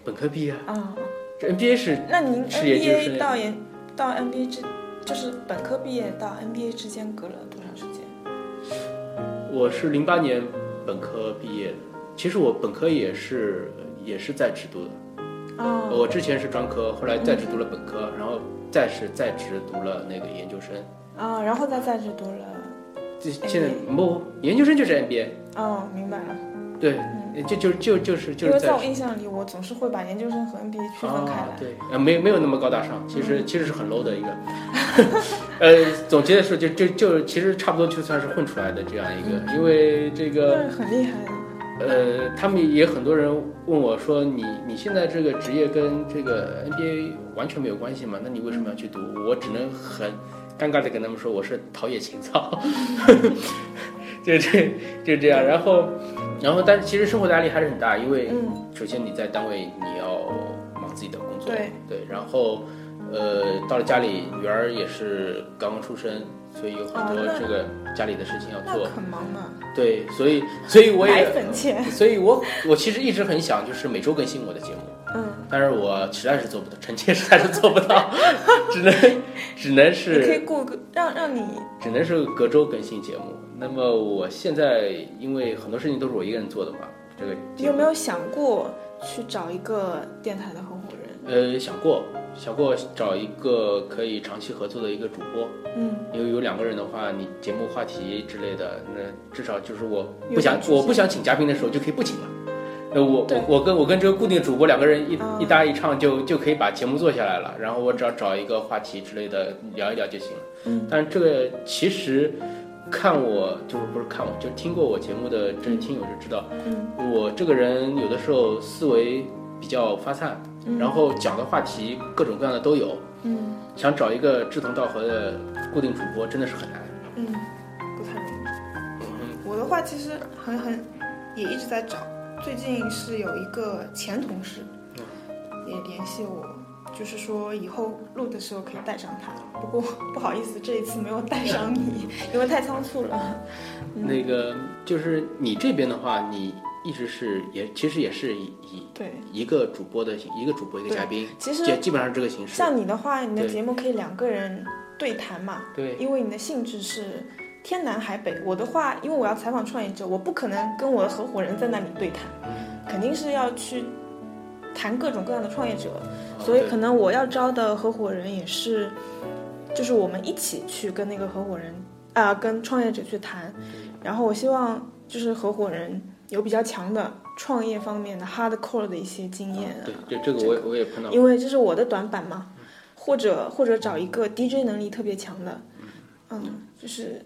B: 本科毕业啊，
A: 啊？
B: 这 NBA 是
A: 那您
B: 是研究
A: NBA
B: 生
A: 到研到 NBA 之，就是本科毕业到 NBA 之间隔了多长时间？
B: 我是零八年本科毕业的，其实我本科也是也是在职读的，
A: 哦，
B: 我之前是专科，后来在职读了本科，然后再是在职读了那个研究生，
A: 啊，然后再在职读了，
B: 这现在不研究生就是 MBA，
A: 哦，明白了。嗯
B: 对，就就就就是就
A: 因
B: 是
A: 为在
B: 在
A: 我印象里，我总是会把研究生和 NBA 区分开
B: 啊
A: 来。，嗯
B: 对，呃，没没有那么高大上，其实其实是很 low 的一个， 呃，总结的是就就就其实差不多就算是混出来的这样一个，
A: 嗯
B: 因为这个
A: 那是很厉害的。啊
B: 呃，他们也很多人问我说你：“你现在这个职业跟这个 NBA 完全没有关系嘛？那你为什么要去读？”我只能很尴尬的跟他们说：“我是陶冶情操。” 就这就这样，然后然后但是其实生活的压力还是很大，因为
A: 嗯，
B: 首先你在单位你要忙自己的工作，
A: 对
B: 然后呃到了家里女儿也是刚刚出生，所以有很多
A: 哦那
B: 这个家里的事情要
A: 那
B: 做，
A: 很忙呢。
B: 对，所以所以我也
A: 奶粉钱。
B: 所以我我其实一直很想就是每周更新我的节目，
A: 嗯，
B: 但是我实在是做不到，臣妾实在是做不到， 只能只能
A: 你可以
B: 是
A: 雇个让让你
B: 只能是隔周更新节目。那么我现在因为很多事情都是我一个人做的嘛，这个
A: 你有没有想过去找一个电台的合伙人？
B: 呃想过想过找一个可以长期合作的一个主播，
A: 嗯，
B: 因为有两个人的话，你节目话题之类的，那至少就是我
A: 有
B: 不想
A: 点局限
B: 我不想请嘉宾的时候就可以不请了。那我
A: 对
B: 我我跟我跟这个固定主播两个人一、
A: 啊
B: 一搭一唱就就可以把节目做下来了，然后我只要找一个话题之类的聊一聊就行了。
A: 嗯，
B: 但这个其实看我就是不是看我，就听过我节目的这些听友就知道，
A: 嗯
B: 我这个人有的时候思维比较发散，
A: 嗯
B: 然后讲的话题各种各样的都有，
A: 嗯
B: 想找一个志同道合的固定主播真的是很难。
A: 嗯，不太容易。我的话其实很很也一直在找，最近是有一个前同事
B: 嗯
A: 也联系我，就是说以后录的时候可以带上他，不过不好意思，这一次没有带上你，
B: 嗯
A: 因为太仓促了。
B: 那个就是你这边的话，你一直是也其实也是以以
A: 对，
B: 一个主播的形一个主播一个嘉宾，
A: 其实
B: 基基本上是这个形式。
A: 像你的话，你的
B: 对
A: 节目可以两个人对谈嘛，
B: 对
A: 因为你的性质是天南海北。我的话，因为我要采访创业者，我不可能跟我的合伙人在那里对谈，
B: 嗯
A: 肯定是要去谈各种各样的创业者，所以
B: 哦
A: 可能我要招的合伙人也是，就是我们一起去跟那个合伙人啊、跟创业者去谈，然后我希望就是合伙人有比较强的创业方面的 hardcore 的一些经验啊
B: 对对这个我也我也碰到过。
A: 因为这是我的短板嘛，或者或者找一个 DJ 能力特别强的，嗯，就是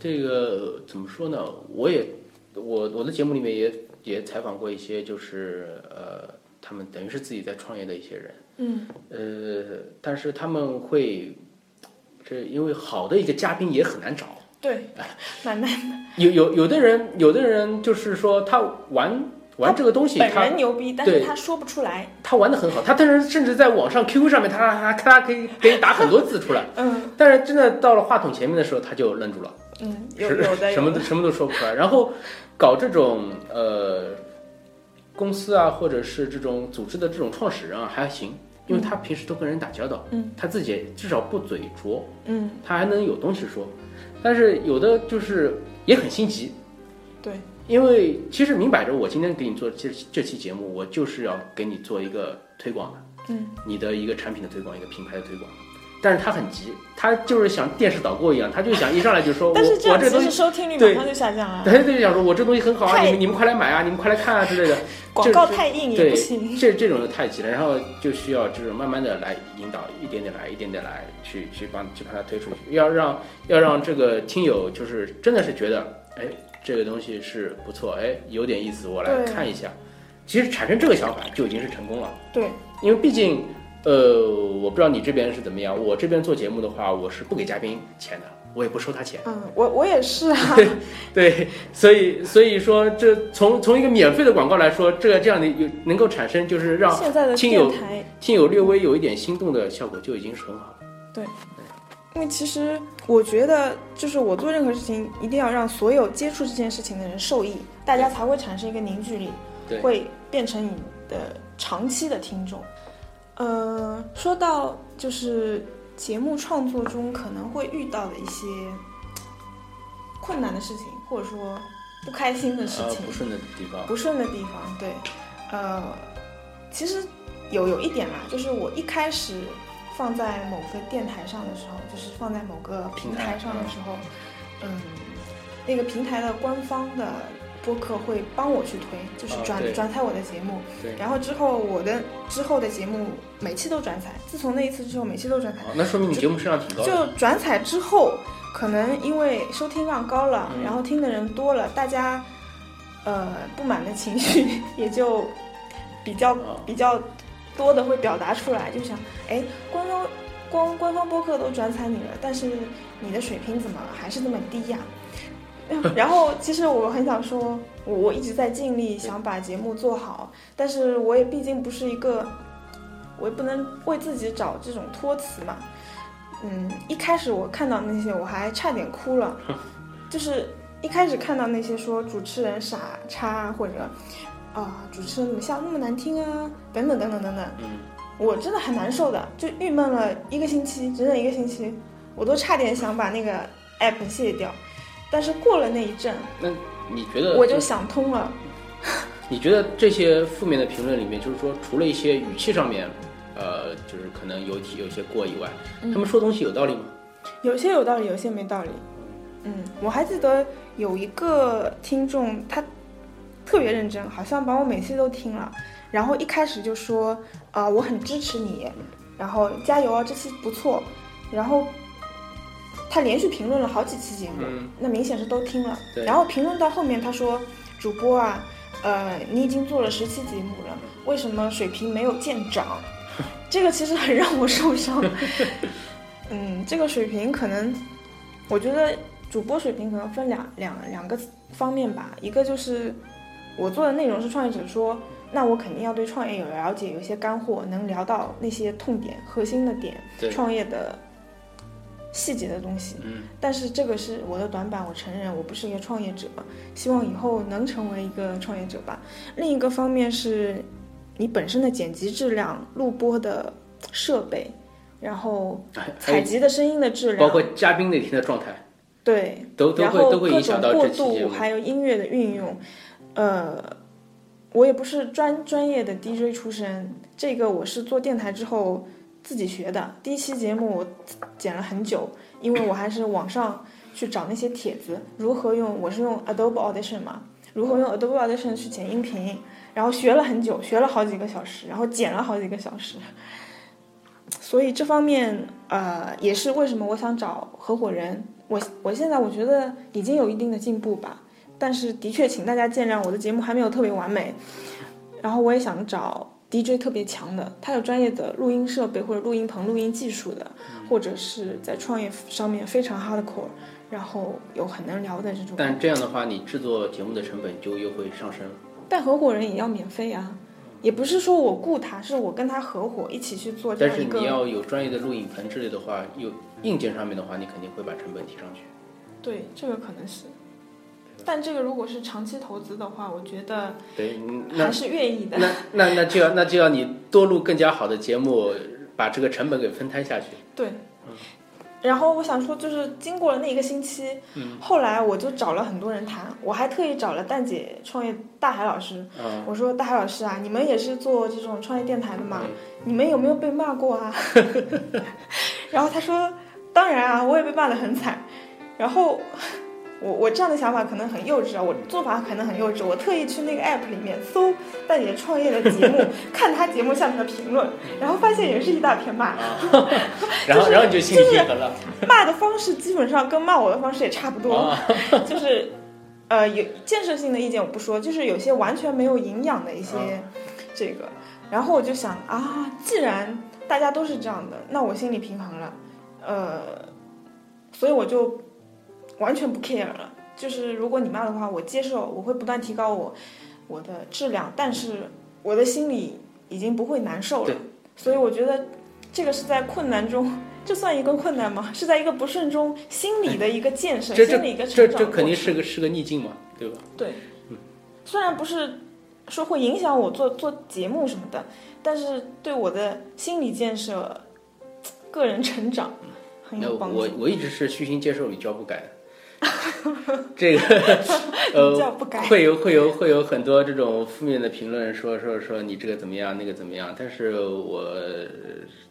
B: 这个怎么说呢？我也我我的节目里面也也采访过一些就是呃他们等于是自己在创业的一些人。
A: 嗯
B: 呃，但是他们会，这因为好的一个嘉宾也很难找。
A: 对，蛮难。
B: 有有有的人，有的人就是说他玩玩这个东西，
A: 本
B: 他
A: 人牛逼，但
B: 对
A: 是他说不出来，
B: 他玩的很好，他但是甚至在网上 QQ 上面，他他他可以可以打很多字出来，
A: 嗯
B: 但是真的到了话筒前面的时候，他就愣住了。
A: 嗯，有
B: 是
A: 有的
B: 什
A: 有
B: 么
A: 的
B: 都什么都说不出来。然后搞这种呃公司啊，或者是这种组织的这种创始人啊，还行，因为他平时都跟人打交道，
A: 嗯，
B: 他自己也至少不嘴拙，
A: 嗯，
B: 他还能有东西说。但是有的就是也很心急，
A: 对，
B: 因为其实明摆着，我今天给你做这这期节目，我就是要给你做一个推广的，
A: 嗯，
B: 你的一个产品的推广，一个品牌的推广。但是他很急，他就是想电视导购一样，他就想一上来就说我
A: 但是这
B: 我
A: 样
B: 这
A: 其
B: 东西
A: 实收听率
B: 对
A: 马上就下降了，
B: 他就想说，我这东西很好啊，
A: 太
B: 你们你们快来买啊，你们快来看啊之类的。
A: 广告太硬也
B: 对
A: 不行，，
B: 这这种就太急了，然后就需要就是慢慢的来引导，一点点来，一点点来，去去帮去把它推出去，要让要让这个听友就是真的是觉得，哎，这个东西是不错，哎，有点意思，我来
A: 对
B: 看一下。其实产生这个想法就已经是成功了，
A: 对
B: 因为毕竟呃，我不知道你这边是怎么样，我这边做节目的话，我是不给嘉宾钱的，我也不收他钱。
A: 嗯，我我也是啊，
B: 对， 所以所以说这从从一个免费的广告来说，这这样的有能够产生就是让
A: 现在的
B: 亲友
A: 电台，
B: 听友略微有一点心动的效果就已经是很好了。
A: 因为其实我觉得，就是我做任何事情，一定要让所有接触这件事情的人受益，大家才会产生一个凝聚力，
B: 对
A: 会变成你的长期的听众。呃，说到就是节目创作中可能会遇到的一些困难的事情，或者说不开心的事
B: 呃，
A: 情，
B: 不顺的地方，
A: 不顺的地方，对，呃，其实有有一点啦，就是我一开始放在某个电台上的时候，就是放在某个平台上的时候，嗯，那个平台的官方的播客会帮我去推，就是
B: 啊
A: 转、
B: 对
A: 转采我的节目，
B: 对。
A: 然后之后我的之后的节目每期都转采，自从那一次之后，每期都转采。
B: 哦，那说明你节目质量挺高的。
A: 就转采之后，可能因为收听量高了，
B: 嗯
A: 然后听的人多了，大家呃不满的情绪 也就比较
B: 啊
A: 比较多的会表达出来，就想哎，官方光官方播客都转采你了，但是你的水平怎么还是那么低呀、 然后，其实我很想说，我我一直在尽力想把节目做好，但是我也毕竟不是一个，我也不能为自己找这种托词嘛。嗯，一开始我看到那些，我还差点哭了，就是一开始看到那些说主持人傻叉或者啊、主持人怎么笑那么难听啊，等等等等等等，
B: 嗯，
A: 我真的很难受的，就郁闷了一个星期，整整一个星期，我都差点想把那个 app 卸掉。但是过了那一阵，
B: 你觉得
A: 我就想通了，
B: 你觉得这些负面的评论里面，就是说除了一些语气上面，呃，就是可能有体有些过以外，
A: 嗯
B: 他们说东西有道理吗？
A: 有些有道理，有些没道理。嗯，我还记得有一个听众，他特别认真，好像把我每期都听了，然后一开始就说啊、我很支持你，然后加油啊，这期不错，然后他连续评论了好几期节目，
B: 嗯，
A: 那明显是都听了。
B: 对
A: 然后评论到后面，他说：“主播啊，呃，你已经做了十期节目了，为什么水平没有见长？” 这个其实很让我受伤。嗯，这个水平可能，我觉得主播水平可能分两两两个方面吧，一个就是我做的内容是创业者说。那我肯定要对创业有了解，有一些干货，能聊到那些痛点、核心的点、
B: 对，
A: 创业的细节的东西。
B: 嗯，
A: 但是这个是我的短板，我承认我不是一个创业者，希望以后能成为一个创业者吧。另一个方面是，你本身的剪辑质量、录播的设备，然后
B: 还
A: 采
B: 有
A: 集的声音的哦质量，
B: 哎包括嘉宾那天的状态，
A: 对，
B: 都都
A: 然
B: 会
A: 后
B: 都会
A: 各
B: 影响
A: 种
B: 到
A: 过
B: 这期节
A: 渡，
B: 目。嗯
A: 还有音乐的运用，呃。我也不是专专业的 DJ 出身，这个我是做电台之后自己学的。第一期节目我剪了很久，因为我还是网上去找那些帖子，如何用，我是用 Adobe Audition 嘛，如何用 Adobe Audition 去剪音频，然后学了很久，学了好几个小时，然后剪了好几个小时。所以这方面，呃，也是为什么我想找合伙人。我我现在我觉得已经有一定的进步吧，但是的确，请大家见谅，我的节目还没有特别完美。然后我也想找 DJ 特别强的，他有专业的录音设备或者录音棚、录音技术的，或者是在创业上面非常 hardcore，然后有很能聊的这种。
B: 但这样的话，你制作节目的成本就又会上升。
A: 但合伙人也要免费啊，也不是说我雇他，是我跟他合伙一起去做这
B: 但
A: 样
B: 是
A: 一个。
B: 你要有专业的录影棚之类的话，有硬件上面的话，你肯定会把成本提上去。
A: 对，这个可能是。但这个如果是长期投资的话，我觉得
B: 对，嗯那
A: 还是愿意的。
B: 那那那就要那就要你多录更加好的节目，把这个成本给分摊下去。
A: 对。然后我想说，就是经过了那一个星期，后来我就找了很多人谈，我还特意找了蛋姐创业大海老师，
B: 嗯，
A: 我说大海老师啊，你们也是做这种创业电台的吗？你们有没有被骂过啊？然后他说，当然啊，我也被骂得很惨。然后我我这样的想法可能很幼稚啊，我做法可能很幼稚，我特意去那个 app 里面搜蛋姐创业的节目，看她节目下面的评论，然后发现也是一大片骂。
B: 然后然后你就心里平衡了。
A: 骂的方式基本上跟骂我的方式也差不多，
B: 啊，
A: 就是，呃，有建设性的意见我不说，就是有些完全没有营养的一些
B: 啊
A: 这个，然后我就想啊，既然大家都是这样的，那我心里平衡了，呃，所以我就完全不 care 了。就是如果你骂的话，我接受，我会不断提高我我的质量，但是我的心里已经不会难受了
B: 对。
A: 所以我觉得这个是在困难中，这算一个困难吗？是在一个不顺中心理的一个建设，
B: 这
A: 心理一个
B: 这
A: 成
B: 这
A: 长
B: 这肯定
A: 过程
B: 是个是个逆境嘛，对吧？
A: 对，虽然不是说会影响我做做节目什么的，但是对我的心理建设、个人成长很
B: 嗯那
A: 有帮助
B: 我。我一直是虚心接受，屡教不改的。 这个呃
A: 屡教不改
B: 会有会有会有很多这种负面的评论说，说说你这个怎么样，那个怎么样。但是我呃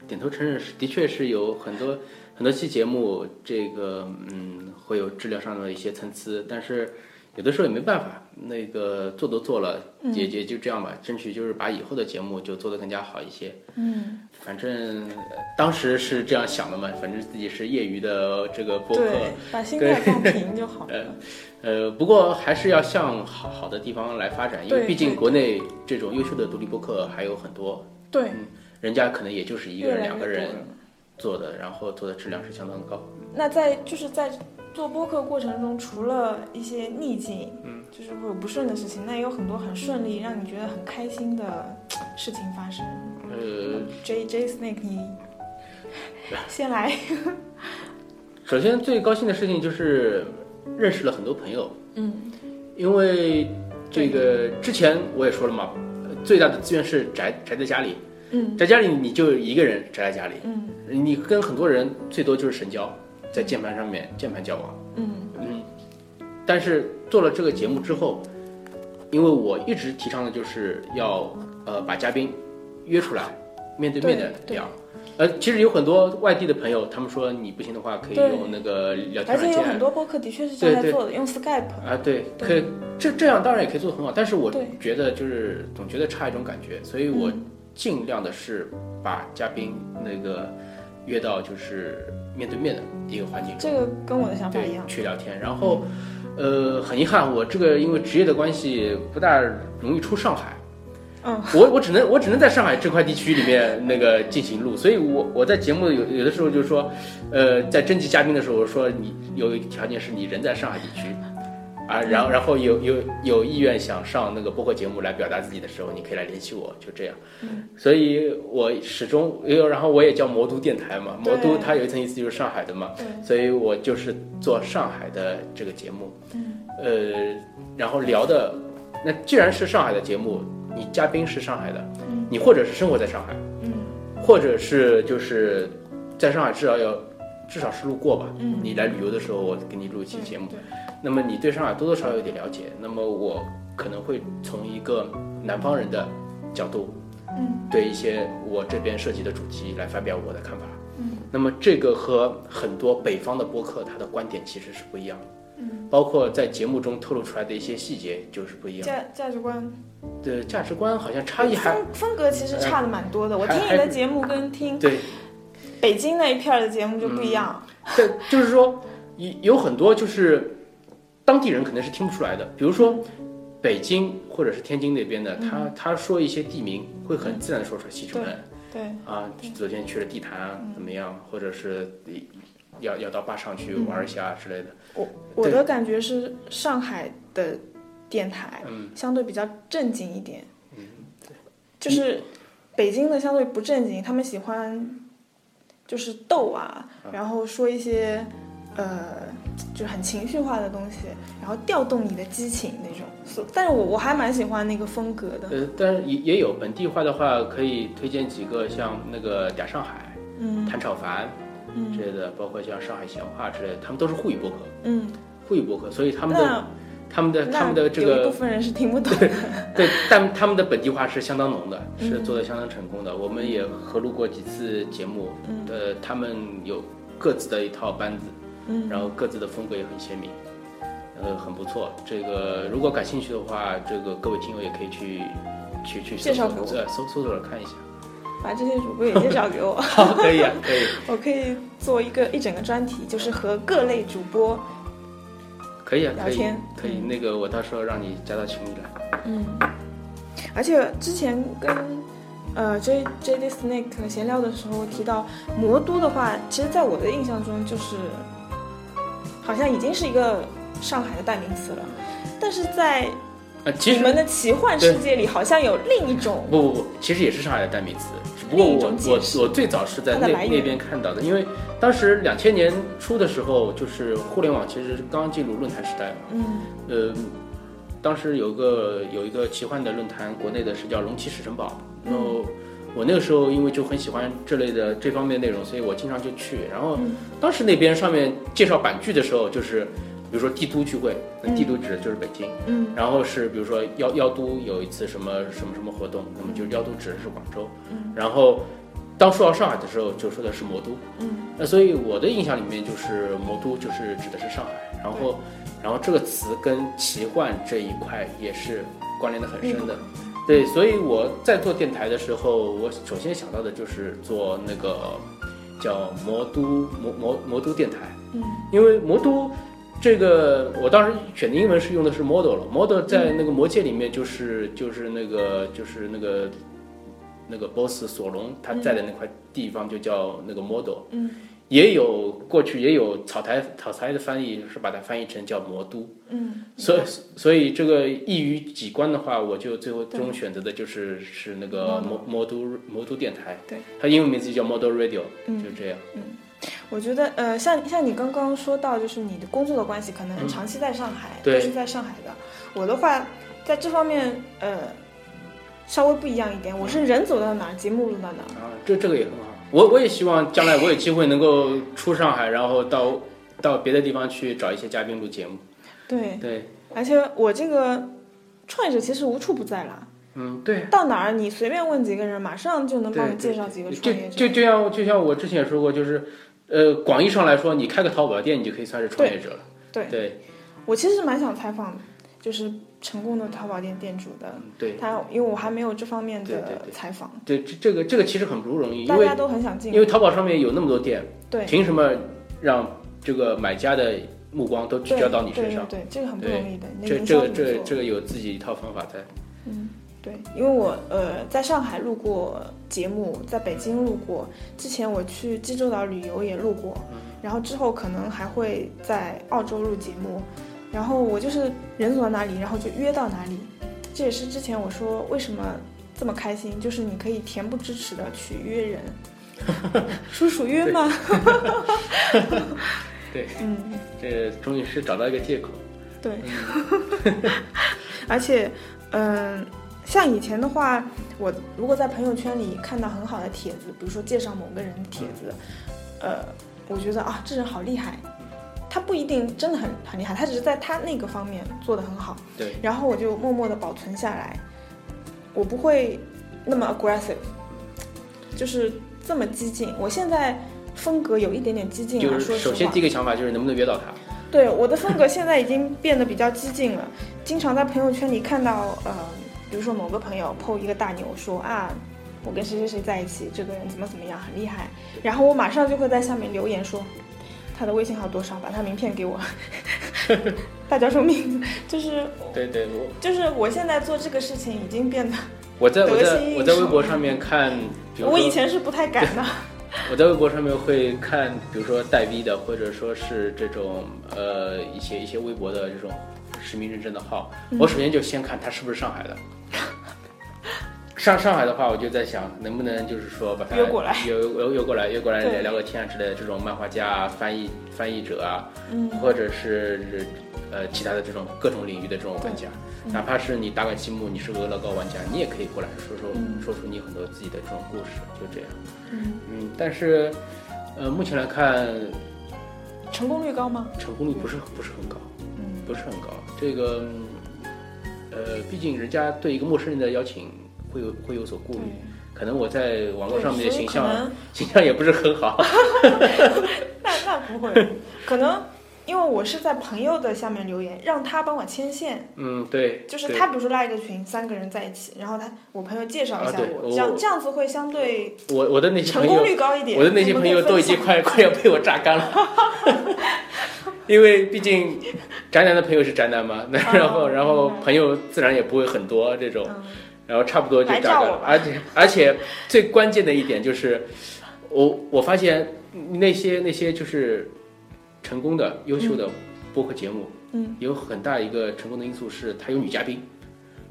B: 点头承认是，的确是有很多很多期节目，这个嗯会有质量上的一些参差，但是有的时候也没办法，那个做都做了，
A: 嗯
B: 也也就这样吧，争取就是把以后的节目就做得更加好一些。
A: 嗯，
B: 反正呃当时是这样想的嘛，反正自己是业余的这个播客，
A: 对，把心态放平就好 了。
B: 呃，不过还是要向好好的地方来发展，因为
A: 对
B: 毕
A: 对
B: 竟国内这种优秀的独立播客还有很多，
A: 对，
B: 人家可能也就是一个
A: 越
B: 人、
A: 来越
B: 两
A: 多
B: 个人
A: 了。
B: 做的，然后做的质量是相当高。
A: 那在就是在做播客过程中，除了一些逆境，嗯，就是会有不顺的事情，那也有很多很顺利，让你觉得很开心的事情发生。嗯
B: 呃，
A: J J Snake，你 先来。
B: 首先最高兴的事情就是认识了很多朋友，
A: 嗯，
B: 因为这个之前我也说了嘛，呃最大的资源是宅宅在家里，
A: 嗯，
B: 宅家里你就一个人宅在家里，
A: 嗯，
B: 你跟很多人最多就是神交，在键盘上面键盘交往，
A: 嗯
B: 嗯，但是做了这个节目之后，因为我一直提倡的就是要呃把嘉宾约出来，面对面的
A: 对
B: 聊。呃，其实有很多外地的朋友，他们说你不行的话，可以
A: 对
B: 用那个聊天
A: 而
B: 软
A: 且有
B: 件
A: 很
B: 啊
A: 多播客的确是这样在
B: 对对
A: 做的，用 Skype。
B: 啊，对，
A: 对
B: 可以这这样当然也可以做得很好，但是我
A: 对
B: 觉得就是总觉得差一种感觉，所以我
A: 嗯
B: 尽量的是把嘉宾那个约到就是面对面的一个环境中，
A: 这个跟我的想法一
B: 对
A: 样，。
B: 去聊天。然后，呃，很遗憾，我这个因为职业的关系不大容易出上海。
A: 嗯，
B: 我我只能我只能在上海这块地区里面那个进行录，所以我我在节目有有的时候就说，呃，在征集嘉宾的时候我说你有一个条件是你人在上海地区，啊，
A: 嗯
B: 然后然后有有有意愿想上那个播客节目来表达自己的时候，你可以来联系我，就这样。
A: 嗯
B: 所以我始终因为然后我也叫魔都电台嘛，魔都
A: 对
B: 它有一层意思就是上海的嘛，
A: 对，
B: 所以我就是做上海的这个节目，
A: 嗯
B: 呃，然后聊的，那既然是上海的节目，你嘉宾是上海的，
A: 嗯
B: 你或者是生活在上海，
A: 嗯
B: 或者是就是在上海至少要至少是路过吧，
A: 嗯
B: 你来旅游的时候我给你录一期
A: 对
B: 节目，
A: 对，
B: 那么你对上海多多少少有点了解，那么我可能会从一个南方人的角度
A: 嗯
B: 对一些我这边涉及的主题来发表我的看法。
A: 嗯，
B: 那么这个和很多北方的播客它的观点其实是不一样的，
A: 嗯，
B: 包括在节目中透露出来的一些细节就是不一样的。
A: 价价值观
B: 对，价值观好像差异还呃
A: 风风格其实差的蛮多的。我听
B: 还
A: 你的节目跟听
B: 对，嗯
A: 北京那一片儿的节目就不一样。
B: 但就是说有有很多就是当地人可能是听不出来的，比如说。北京或者是天津那边的，他
A: 嗯
B: 他说一些地名，会很自然地说出来西直门，
A: 对，嗯
B: 啊，昨天去了地坛啊怎么样，或者是要要到坝上去
A: 嗯
B: 玩一下之类的。
A: 我的感觉是上海的电台
B: 嗯
A: 相对比较正经一点，就是北京的相对不正经，他们喜欢就是逗啊，
B: 嗯
A: 然后说一些呃就是很情绪化的东西，然后调动你的激情那种。所，但是我我还蛮喜欢那个风格的，
B: 呃，但是也也有本地化的话，可以推荐几个像那个嗲上海、
A: 嗯
B: 谭炒凡之
A: 嗯
B: 类的，包括像上海闲话之类的，他们都是沪语播客，
A: 嗯，
B: 沪语播客，所以他们的
A: 那
B: 他们的
A: 那
B: 他们的这
A: 有一部
B: 个
A: 分人是听不懂的，
B: 对，但他们的本地化是相当浓的，
A: 嗯
B: 是做的相当成功的。我们也合录过几次节目，
A: 嗯
B: 呃，他们有各自的一套班子，
A: 嗯
B: 然后各自的风格也很鲜明，呃，很不错。这个如果感兴趣的话，这个各位听友也可以去去去搜
A: 介绍给
B: 索
A: 我
B: 呃，搜搜索着看一下。
A: 把这些主播也介绍给我。
B: 好， 可以啊，可以，
A: 我可以做一个一整个专题，就是和各类主播，
B: 可以啊，
A: 聊
B: 可以
A: 天，
B: 可以。
A: 嗯
B: 那个我到时候让你加到群里来。
A: 嗯，而且之前跟呃 J J D Snake 闲聊的时候提到魔都的话，其实在我的印象中就是，好像已经是一个上海的代名词了，但是在
B: 呃，其
A: 你
B: 实
A: 们的奇幻世界里，好像有另一种，
B: 不不不，其实也是上海的代名词，只不过
A: 另一
B: 我
A: 种解
B: 我
A: 释
B: 我最早是在
A: 它的
B: 那
A: 来源
B: 那边看到的，因为当时两千年初的时候，就是互联网其实刚进入论坛时代嘛，
A: 嗯
B: 呃，当时有个有一个奇幻的论坛，国内的是叫龙骑史城堡，
A: 嗯
B: 然后我那个时候因为就很喜欢这类的这方面内容，所以我经常就去。然后
A: 嗯
B: 当时那边上面介绍版剧的时候，就是比如说帝都聚会，那
A: 嗯
B: 帝都指的就是北京，
A: 嗯
B: 然后是比如说妖妖都有一次什么什么什么活动，那么就妖都指的是广州，
A: 嗯
B: 然后当说到上海的时候，就说的是魔都。
A: 嗯
B: 那所以我的印象里面就是魔都就是指的是上海，然后，然后这个词跟奇幻这一块也是关联的很深的，对，所以我在做电台的时候，我首先想到的就是做那个叫魔都魔魔魔都电台，
A: 嗯
B: 因为魔都这个我当时选的英文是用的是 model 了，model 在那个魔界里面就是就是那个就是那个那个 boss 索隆他在的那块地方就叫那个 model。
A: 嗯
B: 也有过去也有草台草台的翻译是把它翻译成叫魔都，
A: 嗯，
B: 所以所以这个一于己观的话，我就最后最终选择的就是是那个魔魔都魔都电台，
A: 对，
B: 它英文名字就叫 Model Radio，
A: 嗯
B: 就这样，
A: 我觉得呃，像像你刚刚说到，就是你的工作的关系，可能
B: 嗯
A: 长期在上海，
B: 对
A: 都是在上海的。我的话，在这方面呃，稍微不一样一点，我是人走到哪儿，节目录到哪儿。
B: 啊，这这个也很好，我我也希望将来我有机会能够出上海，然后到到别的地方去找一些嘉宾录节目，
A: 对，
B: 对，
A: 而且我这个创业者其实无处不在啦，
B: 嗯，对。
A: 到哪儿你随便问几个人，马上就能帮你介绍几个创业者。
B: 就就就像就像我之前也说过，就是，呃，广义上来说，你开个淘宝店，你就可以算是创业者了。
A: 对
B: 对，
A: 我其实蛮想采访，就是成功的淘宝店店主的，
B: 嗯对
A: 他因为我还没有这方面
B: 对对
A: 的
B: 对
A: 采访，
B: 对，这这个这个其实很不容易，因
A: 大
B: 为
A: 家都很想进
B: 因。为淘宝上面有那么多店，
A: 对，
B: 凭什么让这个买家的目光都聚
A: 对
B: 焦到你身上？
A: 对对对，这个很不容易的。那
B: 这
A: 营
B: 这
A: 销
B: 个
A: 怎
B: 这
A: 么
B: 个
A: 做
B: 这个有自己一套方法在。
A: 嗯，对，因为我呃在上海录过节目，在北京录过，之前我去济州岛旅游也录过，然后之后可能还会在澳洲录节目，然后我就是人走到哪里，然后就约到哪里，这也是之前我说为什么这么开心，就是你可以恬不知耻的去约人，叔叔约吗？
B: 对，
A: 嗯，
B: 这终于是找到一个借口。
A: 对，而且，嗯，像以前的话，我如果在朋友圈里看到很好的帖子，比如说介绍某个人的帖子，呃，我觉得啊，这人好厉害，他不一定真的很很厉害，他只是在他那个方面做得很好，
B: 对，
A: 然后我就默默的保存下来，我不会那么 aggressive，就是这么激进。我现在风格有一点点激进
B: 就
A: 啊，说
B: 是
A: 实
B: 首
A: 话。
B: 先第一个想法就是能不能约到他。
A: 对，我的风格现在已经变得比较激进了，经常在朋友圈里看到，呃，比如说某个朋友 PO 一个大牛说啊，我跟谁谁谁在一起，这个人怎么怎么样，很厉害，然后我马上就会在下面留言说，他的微信号多少，把他名片给我， 大家说名字，就是
B: 对对，我
A: 就是我现在做这个事情已经变得，
B: 我在我
A: 得
B: 在
A: 心应
B: 我在
A: 手
B: 微博上面看，比如
A: 我以
B: 说
A: 前是不太敢 的，
B: 我在微博上面会看，比如说带 V 的，或者说是这种呃一些一些微博的这种实名认证的号，
A: 嗯
B: 我首先就先看他是不是上海 的。上上海的话，我就在想能不能就是说把他
A: 约过来
B: 约约约过来，约过来
A: 对
B: 聊聊个天啊之类的。这种漫画家啊、翻译翻译者啊，
A: 嗯
B: 或者是呃其他的这种各种领域的这种玩家，
A: 嗯
B: 哪怕是你打个积木，你是个乐高玩家，你也可以过来说说、说出你很多自己的这种故事，就这样。
A: 嗯，
B: 嗯，但是，呃，目前来看，
A: 成功率高吗？
B: 成功率不是不是很高，
A: 嗯
B: 不是很高。这个，嗯呃，毕竟人家对一个陌生人的邀请会有会有所顾虑，可能我在网络上面的
A: 对
B: 形
A: 所以可
B: 象啊
A: 能
B: 形象也不是很好。
A: 那那不会，可能因为我是在朋友的下面留言，让他帮我牵线，
B: 嗯，对，
A: 就是
B: 对
A: 他比如说拉一个群，三个人在一起，然后他我朋友介绍一下
B: 啊对
A: 我，
B: 我
A: 这样这样子会相对
B: 我我的那些
A: 成
B: 朋
A: 功
B: 友，
A: 率高一点。
B: 我的那些朋友都已经快快要被我榨 干了，因为毕竟宅男的朋友是宅男嘛，那
A: 哦
B: 然后然后
A: 明白
B: 朋友自然也不会很多这种。
A: 嗯
B: 然后差不多就
A: 来
B: 这样
A: 照
B: 了
A: 我。吧
B: 而且而且最关键的一点就是，我我发现那些那些就是成功的、优秀的播客节目，
A: 嗯，
B: 有很大一个成功的因素是它有女嘉宾，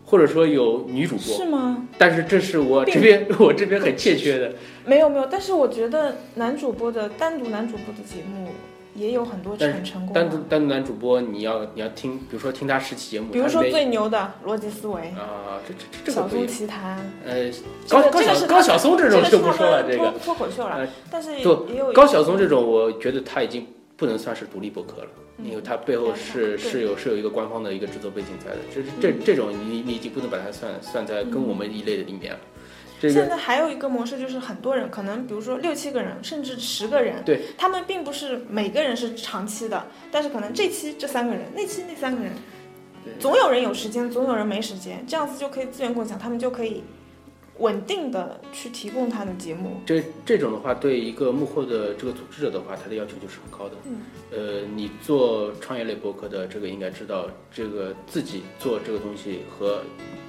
B: 或者说有女主播。
A: 是吗？
B: 但是这是我
A: 并
B: 这边 我这边很欠缺的。
A: 没有没有，但是我觉得男主播的单独男主播的节目也有很多
B: 但
A: 成成功
B: 单独
A: 的，
B: 单独男主播，你要你要听，比如说听他十期节目，
A: 比如说
B: 他每
A: 最牛的逻辑思维、
B: 啊，这这这个
A: 小
B: 可以
A: 猪。奇谭，
B: 呃，
A: 这
B: 高
A: 个
B: 高
A: 这个
B: 晓
A: 是
B: 高晓松这种
A: 个
B: 就是不说了，
A: 他
B: 这
A: 们
B: 个
A: 脱脱口秀了
B: 呃，
A: 但是也
B: 就
A: 也有
B: 高晓松这种，我觉得他已经不能算是独立博客了，
A: 嗯
B: 因为他背后
A: 对
B: 是
A: 嗯
B: 是有是有一个官方的一个制作背景在的。这这这种你你已经不能把它算算在跟我们一类的里面了。这
A: 现
B: 个
A: 在还有一个模式，就是很多人，可能比如说六七个人，甚至十个人，
B: 对，
A: 他们并不是每个人是长期的，但是可能这期这三个人，那期那三个人，
B: 对
A: 总有人有时间，总有人没时间，这样子就可以资源共享，他们就可以稳定的去提供他的节目。
B: 这这种的话，对一个幕后的这个组织者的话，他的要求就是很高的。
A: 嗯，
B: 呃，你做创业类博客的这个应该知道，这个自己做这个东西和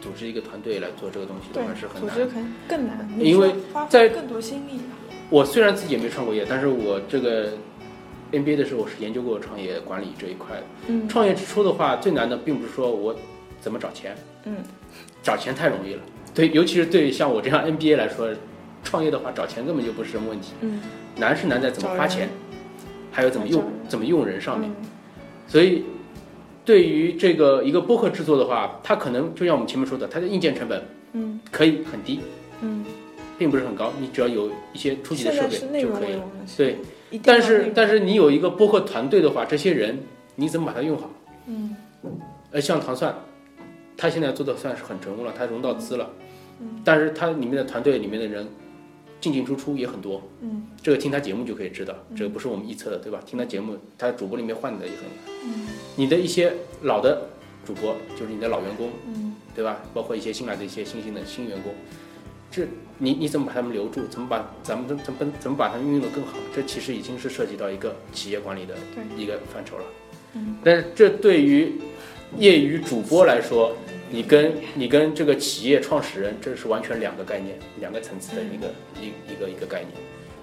B: 组织一个团队来做这个东西的
A: 对
B: 话是，很
A: 组
B: 难
A: 织可能更难，
B: 因为
A: 你需要花
B: 在
A: 费更多心力吧。
B: 我虽然自己也没创过业，但是我这个 MBA 的时候，我是研究过创业管理这一块的。
A: 嗯
B: 创业之初的话，最难的并不是说我怎么找钱，
A: 嗯，
B: 找钱太容易了。对，尤其是对像我这样 MBA 来说，创业的话找钱根本就不是什么问题，
A: 嗯，
B: 难是难在怎么
A: 找
B: 花
A: 人
B: 钱，还有怎么
A: 找
B: 用
A: 人
B: 怎么用人上面。
A: 嗯
B: 所以，对于这个一个播客制作的话，它可能就像我们前面说的，它的硬件成本
A: 嗯
B: 可以很低，
A: 嗯，
B: 并不是很高，你只要有一些初级的
A: 现
B: 设
A: 在是
B: 备
A: 内
B: 就
A: 容
B: 可以
A: 为
B: 了。
A: 我们
B: 对，
A: 一定要
B: 但
A: 内
B: 是
A: 容
B: 但是你有一个播客团队的话，这些人你怎么把它用好？
A: 嗯
B: 呃，像糖蒜，他现在做的算是很成功了，他融到资了，
A: 嗯
B: 但是他里面的团队里面的人进进出出也很多，
A: 嗯
B: 这个听他节目就可以知道，这个不是我们臆测的，对吧？听他节目，他主播里面换的也很厉害，
A: 嗯
B: 你的一些老的主播，就是你的老员工，
A: 嗯
B: 对吧？包括一些新来的一些新兴的新员工，这你你怎么把他们留住？怎么把咱们怎么怎么把他们运用得更好？这其实已经是涉及到一个企业管理的一个范畴了。
A: 嗯，
B: 但是这对于业余主播来说，你跟你跟这个企业创始人，这是完全两个概念，两个层次的一个、一一个一个概念，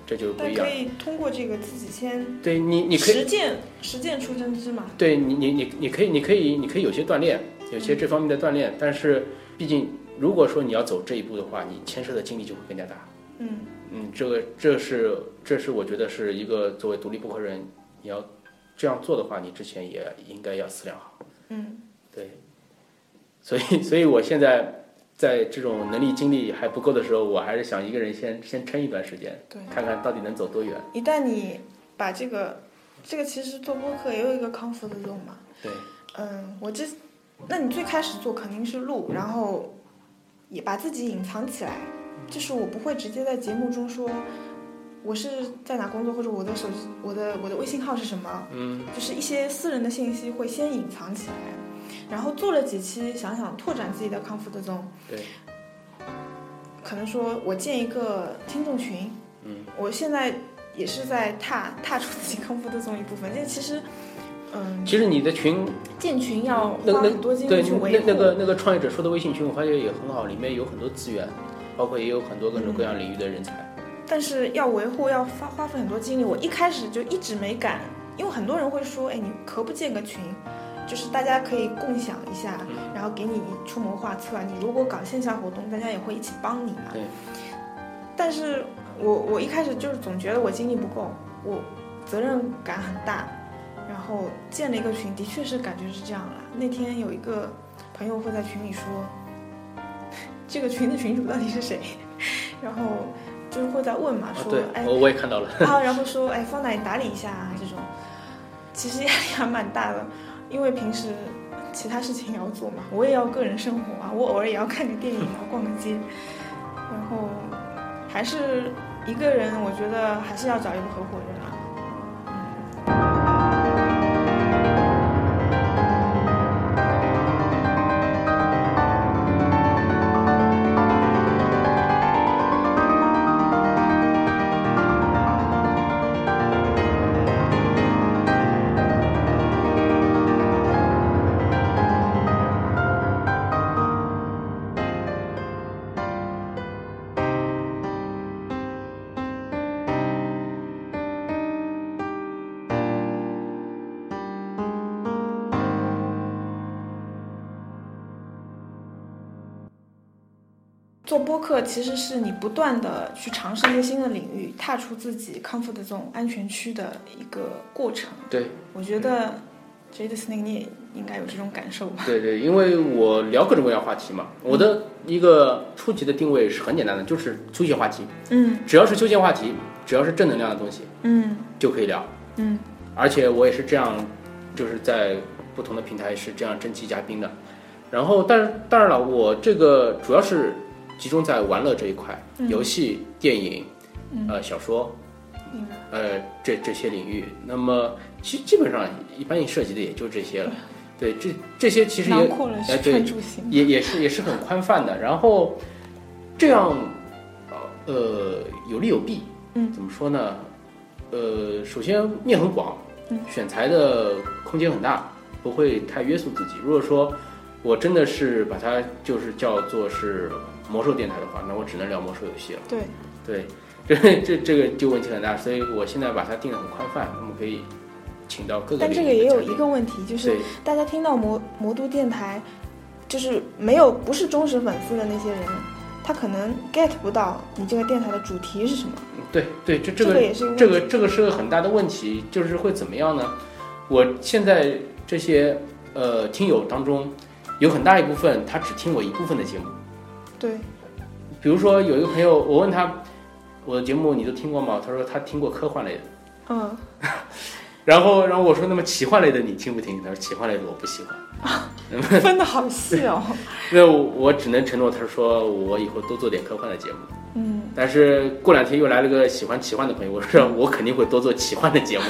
B: 这就是不
A: 但
B: 一样
A: 嗯可。以通过这个自己先
B: 对你，你可以
A: 实践实践出真知嘛。
B: 对你，你你你可以，你可以，你可以有些锻炼，有些这方面的锻炼，但是毕竟如果说你要走这一步的话，你牵涉的精力就会更加大。
A: 嗯，
B: 嗯，这个这是这是我觉得是一个作为独立播客人，你要这样做的话，你之前也应该要思量好。
A: 嗯，
B: 对，所以所以我现在在这种能力精力还不够的时候，我还是想一个人先先撑一段时间，
A: 对。
B: 看看到底能走多远。
A: 一旦你把这个，这个其实做播客也有一个 comfort zone 嘛。
B: 对，
A: 嗯，我这，那你最开始做肯定是录，然后也把自己隐藏起来，就是我不会直接在节目中说我是在哪工作，或者我的手机、我的我的微信号是什么，
B: 嗯，
A: 就是一些私人的信息会先隐藏起来，然后做了几期，想想拓展自己的 comfort zone。
B: 对，
A: 可能说我建一个听众群，
B: 嗯，
A: 我现在也是在踏踏出自己康复的这么一部分，但其实，嗯，
B: 其实你的群
A: 建群要
B: 那
A: 花
B: 那
A: 很多精
B: 对，
A: 力去维
B: 那
A: 护，
B: 那个那个创业者说的微信群，我发觉也很好，里面有很多资源，包括也有很多各种各
A: 嗯
B: 样领域的人
A: 啊
B: 才。
A: 但是要维护要花花费很多精力，我一开始就一直没敢，因为很多人会说，哎，你可不建个群。就是大家可以共享一下，
B: 嗯
A: 然后给你出谋划策。啊你如果搞线下活动，大家也会一起帮你嘛。
B: 对。
A: 但是我我一开始就是总觉得我精力不够，我责任感很大，然后建了一个群，的确是感觉是这样啦。那天有一个朋友会在群里说， 这个群的群主到底是谁， 然后就是会在问嘛，
B: 啊，
A: 说、
B: 对，
A: 哎
B: 我我也看到了。
A: 啊， 然后说哎放哪里打理一下啊这种，其实压力还蛮大的，因为平时其他事情也要做嘛，我也要个人生活啊，我偶尔也要看个电影啊，逛个街，然后还是一个人，我觉得还是要找一个合伙人啊。做播客其实是你不断的去尝试一些新的领域，踏出自己 comfort zone 安全区的一个过程。
B: 对，
A: 我觉得 Jade Snake 你也应该有这种感受吧？
B: 对对，因为我聊各种各样话题嘛，我
A: 嗯
B: 的一个初级的定位是很简单的，就是休闲话题，
A: 嗯
B: 只要是休闲话题，只要是正能量的东西
A: 嗯
B: 就可以聊。
A: 嗯，
B: 而且我也是这样，就是在不同的平台是这样征集嘉宾的。然后，但是当然了，我这个主要是集中在玩乐这一块，
A: 嗯
B: 游戏、电影、呃小说，
A: 明白。
B: 呃这这些领域。那么其基本上一般涉及的也就这些
A: 嗯
B: 了。对，这这些其实也
A: 囊括了
B: 哎
A: 吃
B: 对
A: 穿住行。
B: 也也是也是很宽泛的。然后这样，呃，有利有弊。
A: 嗯，
B: 怎么说呢？呃，首先面很广，
A: 嗯，
B: 选材的空间很大，不会太约束自己。如果说我真的是把它就是叫做是魔兽电台的话，那我只能聊魔兽游戏了。
A: 对，
B: 对，这这这个就问题很大，所以我现在把它定的很宽泛，我们可以请到各个
A: 但这
B: 领域
A: 个也
B: 的
A: 有
B: 嘉
A: 一
B: 宾
A: 个问题，就是
B: 对
A: 大家听到魔魔都电台，就是没有不是忠实粉丝的那些人，他可能 get 不到你这个电台的主题是什么。
B: 对对，这
A: 这
B: 个
A: 也是一个问
B: 这个
A: 题
B: 这个是个很大的问题，就是会怎么样呢？我现在这些呃听友当中，有很大一部分他只听我一部分的节目。
A: 对，
B: 比如说有一个朋友，我问他我的节目你都听过吗？他说他听过科幻类的。
A: 嗯，
B: 然后然后我说那么奇幻类的你听不听？他说奇幻类的我不喜欢。
A: 分的好细 哦。
B: 那我我只能承诺他说我以后多做点科幻的节目。
A: 嗯，
B: 但是过两天又来了个喜欢奇幻的朋友，我说我肯定会多做奇幻的节目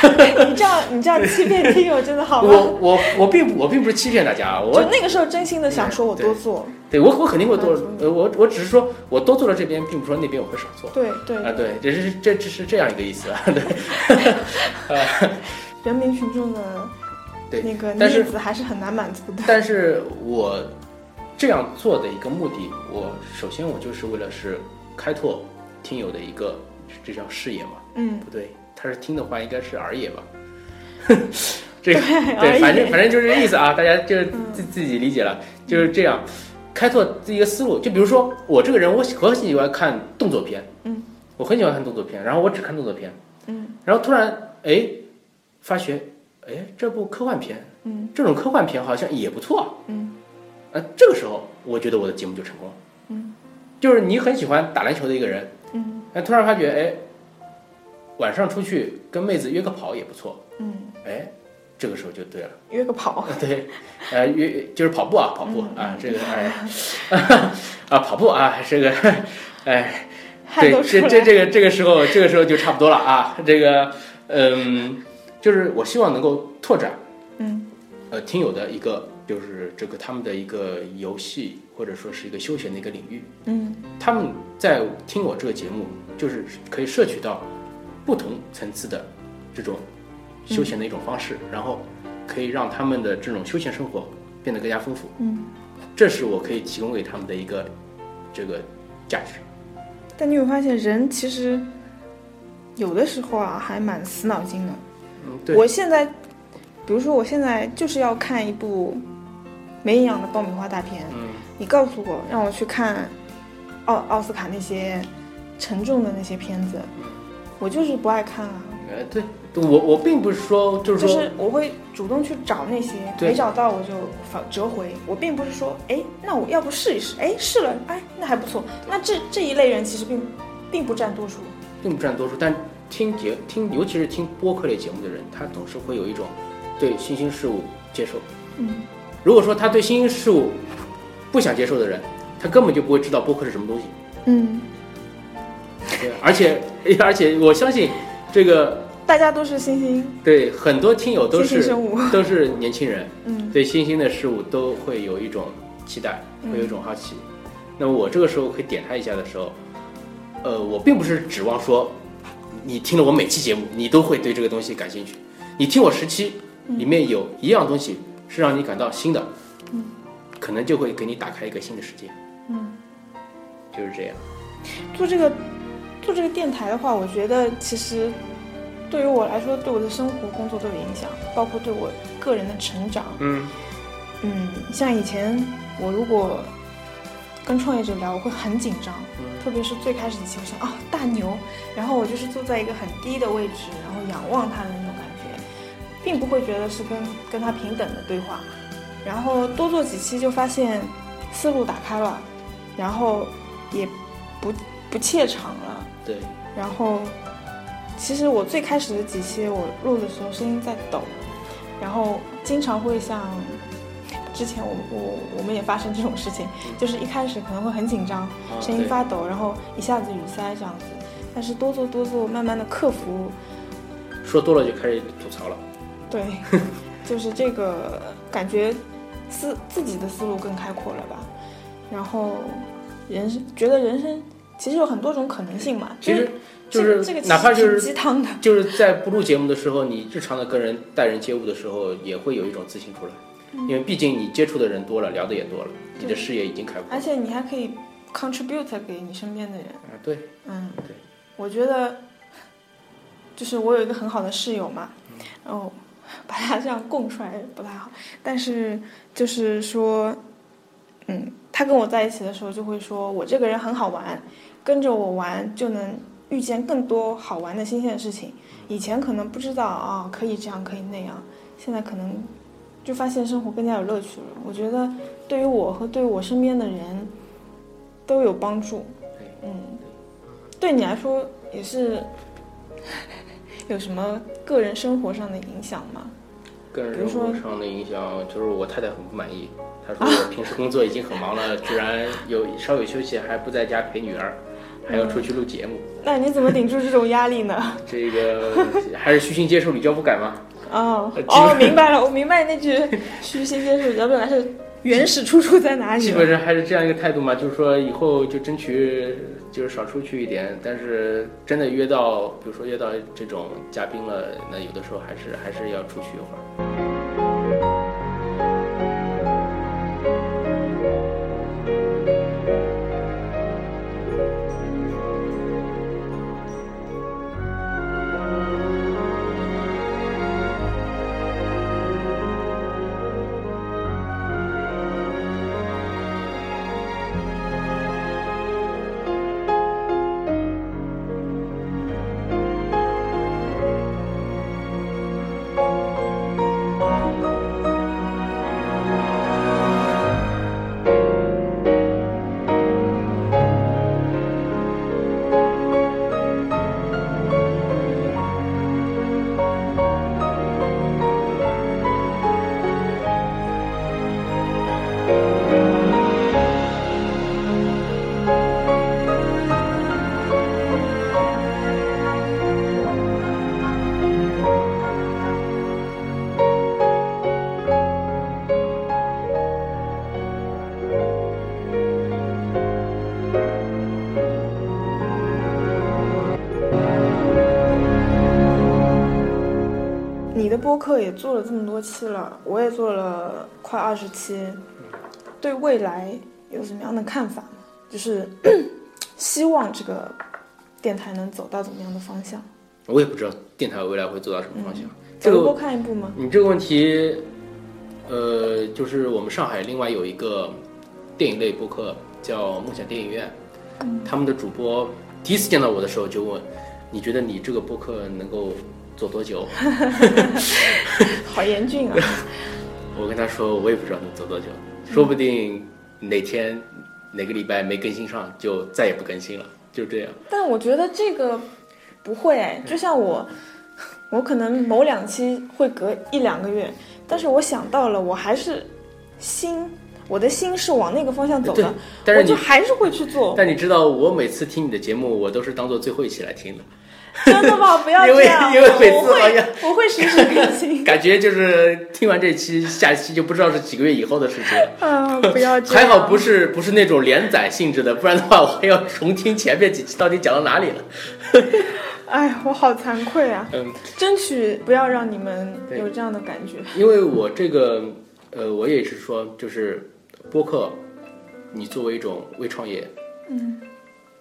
B: 的。
A: 你这样你这样欺骗听友真的好吗？
B: 我我我并不我并不是欺骗大家啊，我
A: 就那个时候真心的想说，我
B: 对
A: 多做。
B: 对我我肯定会多
A: 满足，你
B: 呃，我我只是说我多做了这边，并不是说那边我会少做
A: 对对，
B: 啊，对，这是这这是这样一个意思，啊对
A: 人民群众的
B: 对
A: 那个
B: 但是
A: needs 还是很难满足的。
B: 但是我这样做的一个目的，我首先我就是为了是开拓听友的一个这叫视野嘛，
A: 嗯，
B: 不对，他是听的话应该是耳野吧，
A: 对
B: 这个 对，
A: 而
B: 反正
A: 已。
B: 反正就是这意思啊，大家就是
A: 嗯
B: 自自己理解了，就是这样，开拓自己的思路。就比如说我这个人，我喜我很喜欢看动作片，
A: 嗯，
B: 我很喜欢看动作片，然后我只看动作片，
A: 嗯
B: 然后突然哎发觉，哎这部科幻片，
A: 嗯
B: 这种科幻片好像也不错啊，
A: 嗯
B: 呃，这个时候我觉得我的节目就成功了，
A: 嗯，
B: 就是你很喜欢打篮球的一个人，
A: 嗯
B: 哎突然发觉，哎晚上出去跟妹子约个跑也不错，
A: 嗯，
B: 哎这个时候就对了。
A: 约个跑。
B: 对，呃，约就是跑步啊，跑步
A: 嗯
B: 啊，这个哎， 啊，跑步啊，这个，哎，
A: 汗
B: 对
A: 都，出
B: 这
A: 来
B: 这
A: 了。
B: 这个这个时候，这个时候就差不多了啊，这个，嗯，就是我希望能够拓展
A: 嗯
B: 呃听友的一个，就是这个他们的一个游戏或者说是一个休闲的一个领域，
A: 嗯
B: 他们在听我这个节目，就是可以摄取到不同层次的这种休闲的一种方式，然后可以让他们的这种休闲生活变得更加丰富。
A: 嗯。
B: 这是我可以提供给他们的一个这个价值。
A: 但你有发现，人其实有的时候啊，还蛮死脑筋的。
B: 嗯，对，
A: 我现在，比如说我现在就是要看一部没营养的爆米花大片，
B: 嗯，
A: 你告诉我让我去看奥奥斯卡那些沉重的那些片子，
B: 嗯
A: 我就是不爱看啊。
B: 呃，对，我我并不是说就是
A: 就
B: 说，
A: 是我会主动去找那些，
B: 对
A: 没找到我就反折回。我并不是说，哎，那我要不试一试？哎，试了，哎，那还不错。那这这一类人其实并并不占多数。
B: 并不占多数，但听节听，尤其是听播客类节目的人，他总是会有一种对新兴事物接受。
A: 嗯，
B: 如果说他对新兴事物不想接受的人，他根本就不会知道播客是什么东西。
A: 嗯，
B: 对，而且而且我相信这个
A: 大家都是新兴
B: 对很多听友都
A: 新兴
B: 是
A: 生物。
B: 都是年轻人，
A: 嗯
B: 对新兴的事物都会有一种期待，会
A: 嗯
B: 有一种好奇。那么我这个时候可以点他一下的时候，呃，我并不是指望说你听了我每期节目，你都会对这个东西感兴趣。你听我十期，里面有一样东西是让你感到新的，
A: 嗯
B: 可能就会给你打开一个新的世界，
A: 嗯，
B: 就是这样。
A: 做这个做这个电台的话，我觉得其实对于我来说，对我的生活、工作都有影响，包括对我个人的成长。
B: 嗯
A: 嗯，像以前我如果跟创业者聊，我会很紧张，特别是最开始几期，我想啊、大牛，然后我就是坐在一个很低的位置，然后仰望他的那种感觉，并不会觉得是跟跟他平等的对话。然后多做几期就发现思路打开了，然后也不不怯场了。
B: 对，
A: 然后，其实我最开始的几期我录的时候声音在抖，然后经常会像之前我我我们也发生这种事情，就是一开始可能会很紧张，
B: 嗯啊
A: 声音发抖，然后一下子语塞这样子。但是多做多做，慢慢的克服，
B: 对说多了就开始吐槽了。
A: 对， 就是这个感觉思自己的思路更开阔了吧。然后人生觉得人生其实有很多种可能性嘛，
B: 其实就
A: 这个
B: 是
A: 这个其
B: 哪怕
A: 实
B: 就
A: 挺
B: 是
A: 鸡汤的。
B: 就是在不录节目的时候，你日常的跟人待人接物的时候，也会有一种自信出来，因为毕竟你接触的人多了，聊的也多了，你的视野已经开阔了。
A: 而且你还可以 contribute 给你身边的人。
B: 啊，对，
A: 嗯，
B: 对，
A: 我觉得就是我有一个很好的室友嘛，然后把他这样供出来不太好，但是就是说，嗯，他跟我在一起的时候就会说我这个人很好玩，跟着我玩就能。遇见更多好玩的新鲜的事情，以前可能不知道啊、可以这样，可以那样，现在可能就发现生活更加有乐趣了。我觉得对于我和对于我身边的人都有帮助。
B: 对
A: 嗯，对你来说也 是有什么个人生活上的影响吗？
B: 跟
A: 比如
B: 人
A: 说
B: 物上的影响，就是我太太很不满意，她说我平时工作已经很忙了，居然有稍有休息还不在家陪女儿，还要出去录节目，
A: 那你怎么顶住这种压力 呢？
B: 这个还是虚心接受屡教不改嘛。
A: 哦
B: 呃基本
A: 哦，明白了，我明白那句虚心接受，要不然是原始出处在哪里
B: 基
A: 了？
B: 本上还是这样一个态度嘛，就是说以后就争取就是少出去一点，但是真的约到，比如说约到这种嘉宾了，那有的时候还是还是要出去一会儿。
A: 你的播客也做了这么多期了，我也做了快二十期，对未来有什么样的看法吗？就是 希望这个电台能走到怎么样的方向？
B: 我也不知道电台未来会做到什么方向。这
A: 走
B: 个
A: 一步看一步吗？
B: 你这个问题，呃，就是我们上海另外有一个电影类播客叫梦想电影院，他们的主播第一次见到我的时候就问，你觉得你这个播客能够做多久？
A: 好严峻啊！
B: 我跟他说，我也不知道能走多久，说不定哪天哪个礼拜没更新上，就再也不更新了，就这样。
A: 但我觉得这个不会哎，就像我， 我可能某两期会隔一两个月，但是我想到了，我还是心，我的心是往那个方向走
B: 对
A: 的，，
B: 但
A: 我
B: 是
A: 就
B: 你，
A: 还是会去做。
B: 但你知道，我每次听你的节目，我都是当做最后一期来听的，
A: 真的吗？不要
B: 因
A: 这
B: 为
A: 样，
B: 因为每
A: 我
B: 次好像
A: 会 我会时时更 新。
B: 感觉就是听完这期，下期就不知道是几个月以后的事情了。
A: 啊， 不要这样。
B: 还好不是不是那种连载性质的，不然的话我还要重听前面几期到底讲到哪里了。
A: 哎，我好惭愧啊！
B: 嗯，
A: 争取不要让你们
B: 对
A: 有这样的感觉。
B: 因为我这个呃，我也是说，就是播客，你作为一种微创业，
A: 嗯，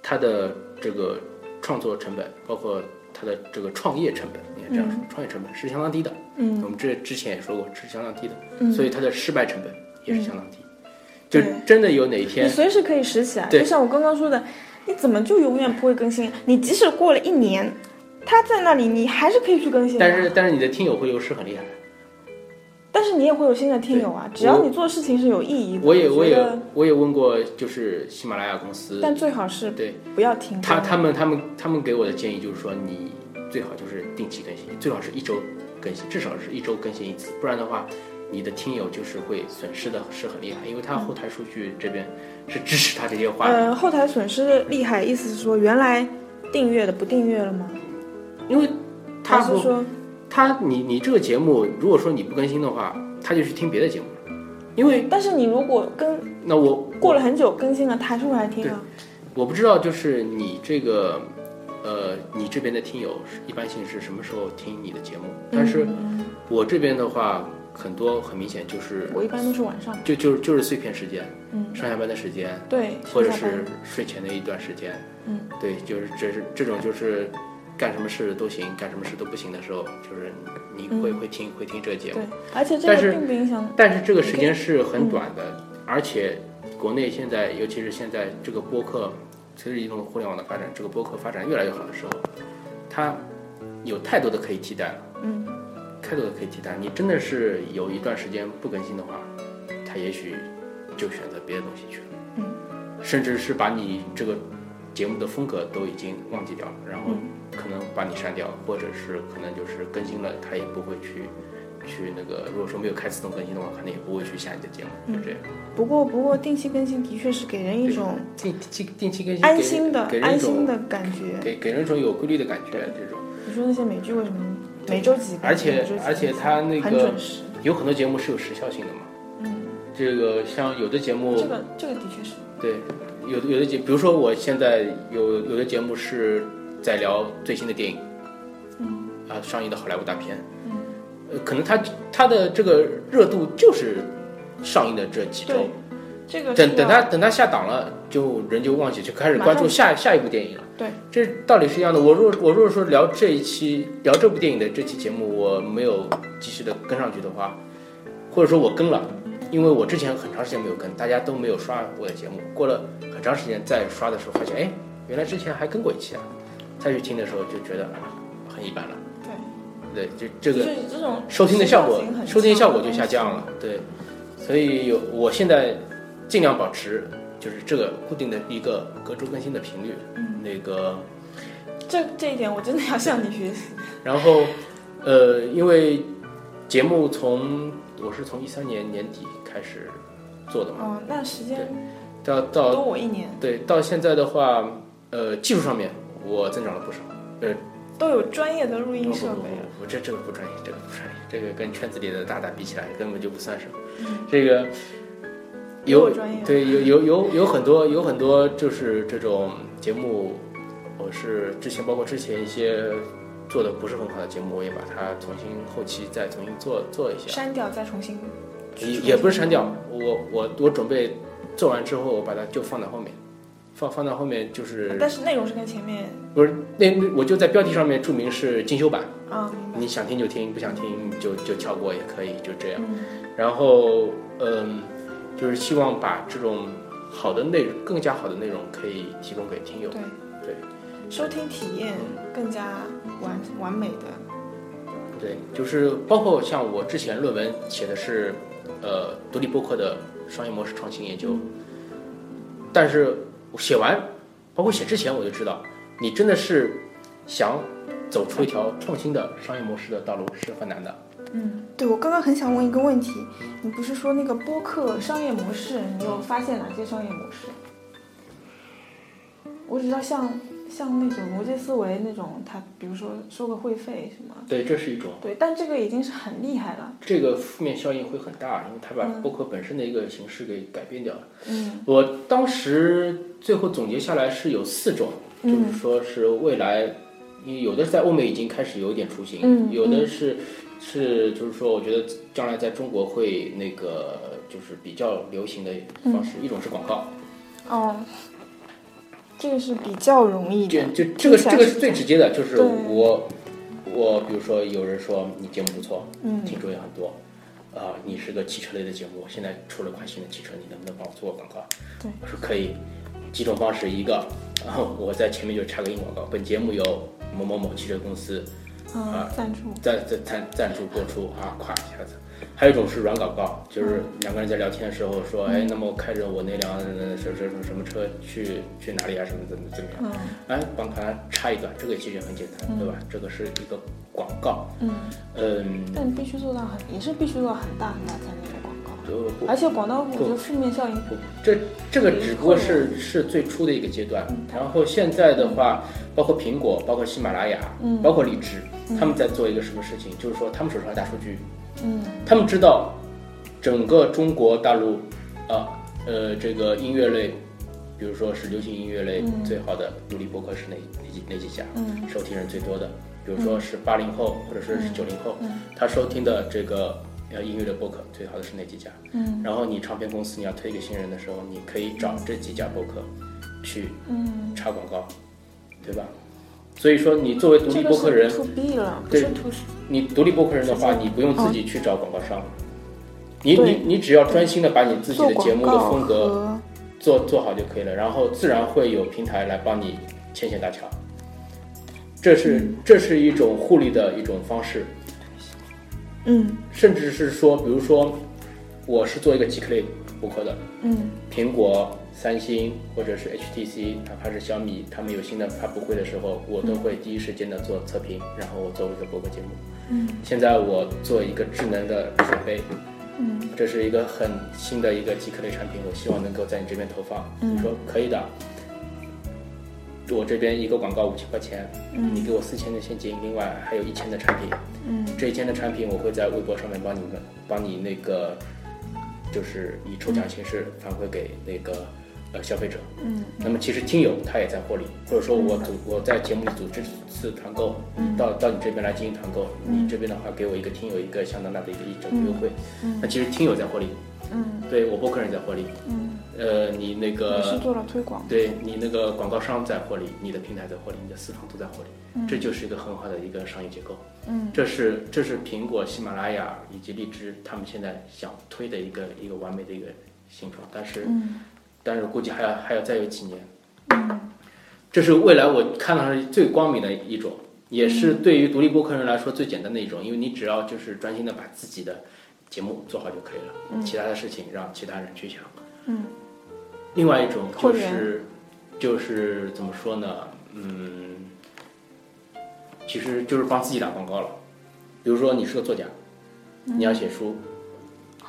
B: 它的这个创作成本，包括它的这个创业成本，应该这样说，创业成本是相当低的。
A: 嗯
B: 我们这之前也说过是相当低的，
A: 嗯
B: 所以它的失败成本也是相当低。就
A: 对
B: 真的有哪一
A: 你
B: 天，
A: 随时可以拾起啊。
B: 对
A: 就像我刚刚说的，你怎么就永远不会更新？你即使过了一年，它在那里，你还是可以去更新的。
B: 但是但是你的听友会流失很厉害。
A: 但是你也会有新的听友啊，只要你做事情是有意义的。
B: 我也
A: 觉
B: 我也
A: 得
B: 我也问过，就是喜马拉雅公司，
A: 但最好是
B: 对
A: 不要停。
B: 他他们他们他们给我的建议就是说，你最好就是定期更新，最好是一周更新，至少是一周更新一次，不然的话，你的听友就是会损失的是很厉害，因为他后台数据这边是支持他这些话的，
A: 嗯呃，后台损失的厉害，意思是说原来订阅的不订阅了吗？
B: 因为他
A: 还是
B: 不
A: 说
B: 他你你这个节目如果说你不更新的话，他就去听别的节目了，因为
A: 但是你如果更
B: 那我
A: 过了很久更新了，他还是会来听啊。
B: 我不知道，就是你这个，呃，你这边的听友是一般性是什么时候听你的节目？但是
A: 嗯
B: 我这边的话，很多很明显就是
A: 我一般都是晚上，
B: 就就是就是碎片时间，
A: 嗯，
B: 上下班的时间，
A: 对，
B: 或者
A: 上下班
B: 是睡前的一段时间，
A: 嗯，
B: 对，就是这是这种就是干什么事都行，干什么事都不行的时候，就是你会、会听会听这个节目
A: 对，，而且这
B: 但
A: 个
B: 是
A: 并不影响。
B: 但是这个时间是很短的，而且国内现在，尤其是现在这个播客，随着移动互联网的发展，这个播客发展越来越好的时候，它有太多的可以替代了，
A: 嗯，
B: 太多的可以替代。你真的是有一段时间不更新的话，它也许就选择别的东西去了，嗯，甚至是把你这个节目的风格都已经忘记掉了，然后
A: 嗯
B: 可能把你删掉，或者是可能就是更新了，它也不会去。去那个，如果说没有开自动更新的话，可能也不会去下你的节目，
A: 嗯
B: 就这样。
A: 不过不过定期更新的确是给人一种
B: 定期定期更新，
A: 安心的
B: 给人
A: 安
B: 一
A: 心
B: 种
A: 的感觉。
B: 给给人一种有规律的感觉，这种。
A: 你说那些美剧为什么每周几更
B: 而
A: 新？
B: 且
A: 每周几
B: 而且
A: 更新
B: 它那
A: 很
B: 个
A: 准时，
B: 有很多节目是有时效性的嘛。嗯。这个像有的节目，
A: 这个这个的确是。
B: 对，有的有的节，比如说我现在有有的节目是在聊最新的电影，嗯，啊上映的好莱坞大片，嗯，呃，可能它它的这个热度就是上映的这几周
A: 对，这个
B: 等
A: 是
B: 等
A: 要
B: 他等他下档了，就人就忘记，就开始
A: 马
B: 关注
A: 上
B: 下下一部电影了。
A: 对，
B: 这道理是一样的。我若我若说聊这一期聊这部电影的这期节目，我没有及时的跟上去的话，或者说我跟了，因为我之前很长时间没有跟，大家都没有刷我的节目，过了很长时间再刷的时候，发现哎，原来之前还跟过一期啊，再去听的时候就觉得啊很一般了。对，对，就这个
A: 就是这种
B: 收听的效果
A: 时效性，很
B: 收听效果就
A: 强
B: 下降了。对，所以有我现在尽量保持就是这个固定的一个隔周更新的频率。
A: 嗯
B: 那个，
A: 这这一点我真的要向你学习。
B: 然后呃，因为节目从我是从一三年年底开始做的嘛，
A: 哦，那时间
B: 到
A: 多
B: 到
A: 我一年，
B: 对到现在的话，呃，技术上面我增长了不少。
A: 都有专业的录
B: 哦不
A: 音设
B: 不不
A: 备啊了。
B: 不，我这这个不专业，这个不专业，这个跟圈子里的大大比起来根本就不算什么。
A: 嗯
B: 这个
A: 比我
B: 有
A: 专业了。
B: 对有有有有很多有很多就是这种节目，我是之前包括之前一些做的不是很好的节目，我也把它重新后期再重新做做一下，
A: 删掉再重新。
B: 也也不是删掉，我我我准备做完之后，我把它就放在后面，放放到后面就是
A: 但是内容是跟前面
B: 不是那那我就在标题上面注明是精修版。
A: 啊，明白
B: 你想听就听，不想听就就跳过也可以，就这样。
A: 嗯
B: 然后，嗯，就是希望把这种好的内容，更加好的内容可以提供给听友。
A: 对
B: 对，
A: 收听体验更加完完美的。
B: 对，就是包括像我之前论文写的是，呃，独立播客的商业模式创新研究，但是我写完，包括写之前我就知道，你真的是想走出一条创新的商业模式的道路是很难的。
A: 对，我刚刚很想问一个问题，你不是说那个播客商业模式，你有发现哪些商业模式？我只知道像像那种逻辑思维那种，他比如说收个会费什么，
B: 对，这是一种。
A: 对，但这个已经是很厉害了。
B: 这个负面效应会很大，因为它把
A: 嗯
B: 播客本身的一个形式给改变掉了。
A: 嗯
B: 我当时最后总结下来是有四种，就是
A: 嗯
B: 说是未来，因为有的在欧美已经开始有一点雏形，
A: 嗯
B: 有的是是就是说，我觉得将来在中国会那个就是比较流行的方式，
A: 嗯
B: 一种是广告，
A: 哦，这个是比较容易
B: 就
A: 的。
B: 就这
A: 听
B: 个
A: 起来
B: 这个
A: 是
B: 是最直接的，就是
A: 对
B: 我我比如说有人说你节目不错，
A: 嗯
B: 听众也很多，啊、你是个汽车类的节目，我现在出了款新的汽车，你能不能帮我做个广告？
A: 对，
B: 我说可以，几种方式，一个， 然后我在前面就插个硬广告，本节目由某某某汽车公司
A: 嗯
B: 啊，
A: 赞助，
B: 赞赞赞赞助播出啊，咵一下子。还有一种是软广告，就是
A: 嗯
B: 两个人在聊天的时候说，哎，那么我开着我那辆呃什么什么什么车去去哪里啊，什么怎么怎么样，
A: 嗯
B: 哎，帮他插一段，这个其实也很简单，对吧？这个是一个广告，
A: 嗯，
B: 嗯，
A: 但你必须做到很，也是必须做到很大很大才能有广告，
B: 呃不
A: 而且广告我觉得负面效应
B: 不，这这个只不过是是最初的一个阶段，
A: 嗯
B: 然后现在的话，包括苹果，包括喜马拉雅，
A: 嗯
B: 包括荔枝，他们在做一个什么事情？就是说他们手上有大数据，
A: 嗯
B: 他们知道整个中国大陆，啊呃这个音乐类，比如说是流行音乐类
A: 嗯
B: 最好的独立播客是哪哪几哪几家，
A: 嗯
B: 收听人最多的，比如说是八零后或者说是九零后
A: 嗯，
B: 他收听的这个呃音乐的播客最好的是哪几家？
A: 嗯
B: 然后你唱片公司你要推给新人的时候，你可以找这几家播客去
A: 嗯，
B: 插广告，对吧？所以说，你作为独立
A: 这
B: 播
A: 个
B: 客
A: 是
B: 人，
A: to B 了，不是 to C
B: 你独立播客人的
A: 是这
B: 话，
A: 样嗯
B: 你不用自己去找广告商，你
A: 对
B: 你你只要专心的把你自己
A: 做
B: 的节
A: 广
B: 目的
A: 告
B: 风格
A: 和
B: 做做好就可以了，然后自然会有平台来帮你牵线搭桥。这是这是一种互利的一种方式，
A: 嗯
B: 甚至是说，比如说，我是做一个极客类播客的，
A: 嗯
B: 苹果、三星或者是 HTC，哪怕是小米，他们有新的发布会的时候，我都会第一时间的做测评，然后我做一个播客节目。
A: 嗯，
B: 现在我做一个智能的水杯，
A: 嗯
B: 这是一个很新的一个极客类产品，我希望能够在你这边投放。
A: 嗯
B: 你说可以的，我这边一个广告五千块钱，
A: 嗯
B: 你给我四千的现金，另外还有一千的产品，
A: 嗯
B: 这一天的产品我会在微博上面帮你们，帮你那个，就是以抽奖形式反馈给那个呃消费者。
A: 嗯
B: 那么其实听友他也在获利，或者说我组我在节目里组织次团购，
A: 嗯
B: 到到你这边来进行团购，你这边的话给我一个听友一个相当大的一个一整个优惠，那其实听友在获利，
A: 嗯
B: 对我播客人在获利，
A: 嗯，
B: 呃，你那
A: 也是
B: 个
A: 做了推广，
B: 对你那个广告商在获利，你的平台在获利，你的私房都在获利，这就是一个很好的一个商业结构。
A: 嗯
B: 这是这是苹果、喜马拉雅以及荔枝他们现在想推的一个一个完美的一个形状，但是、
A: 嗯
B: 但是估计还要还要再有几年。
A: 嗯
B: 这是未来我看到是最光明的一种，也
A: 嗯
B: 是对于独立播客人来说最简单的一种，因为你只要就是专心的把自己的节目做好就可以了，其他的事情让其他人去想。
A: 嗯
B: 另外一种就
A: 扩嗯员
B: 是就是怎么说呢？嗯，其实就是帮自己打广告了。比如说你是个作家，你要写书，
A: 嗯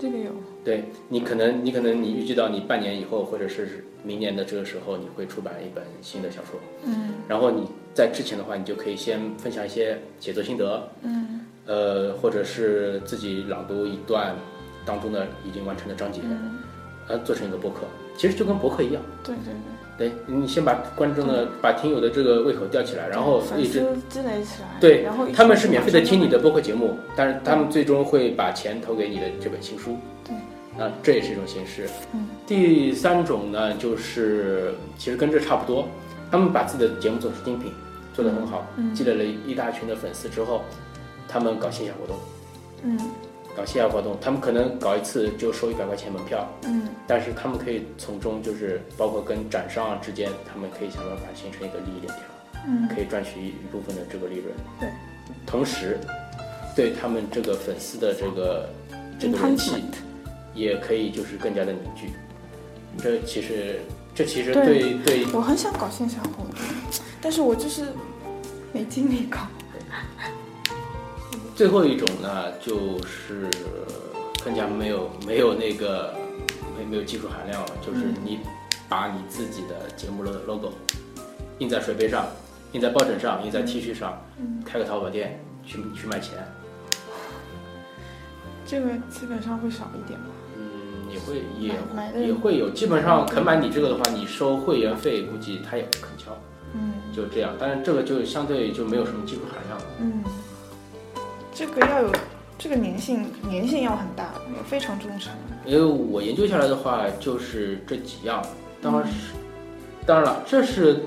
A: 这个有，
B: 对你可能你可能你预计到你半年以后或者是明年的这个时候你会出版一本新的小说，
A: 嗯
B: 然后你在之前的话，你就可以先分享一些写作心得，
A: 嗯
B: 呃，或者是自己朗读一段当中的已经完成的章节，
A: 嗯，
B: 呃，做成一个博客，其实就跟博客一样。
A: 对对对，
B: 对，哎你先把观众
A: 嗯
B: 的、把听友的这个胃口吊起来，然后
A: 粉
B: 一直
A: 丝积累起来，
B: 对
A: 然后一，
B: 他们
A: 出
B: 是
A: 去
B: 免
A: 马
B: 费的
A: 上
B: 听
A: 就
B: 你的播客节目，但是他们最终会把钱投给你的这本新书，
A: 对，
B: 啊，这也是一种形式。
A: 嗯
B: 第三种呢，就是其实跟这差不多，他们把自己的节目做成精品，做得很好，
A: 嗯
B: 积累了一大群的粉丝之后，他们搞线下活动，
A: 嗯
B: 搞线下活动，他们可能搞一次就收一百块钱门票，
A: 嗯
B: 但是他们可以从中就是包括跟展商啊之间，他们可以想办法形成一个利益链条，
A: 嗯
B: 可以赚取一部分的这个利润。
A: 对，
B: 同时对他们这个粉丝的这个这个人气
A: Enhancement
B: 也可以就是更加的凝聚。这其实这其实
A: 对
B: 对对
A: 我很想搞线下活动，但是我就是没精力搞，
B: 最后一种呢，就是更加没有没有那个没没有技术含量了，就是
A: 嗯
B: 你把你自己的节目的 logo 印在水杯上，印在抱枕上，印在 T 恤上，
A: 嗯
B: 开个淘宝店去去卖钱，
A: 这个基本上会少一点吧。
B: 嗯，也会也
A: 买买的
B: 也会有，基本上肯买你这个的话，你收会员费估计他也不肯交，
A: 嗯
B: 就这样。但是这个就相对就没有什么技术含量了。
A: 嗯，这个要有这个粘性，粘性要很大，非常忠诚。
B: 因为我研究下来的话，就是这几样。当然是，当然了，这是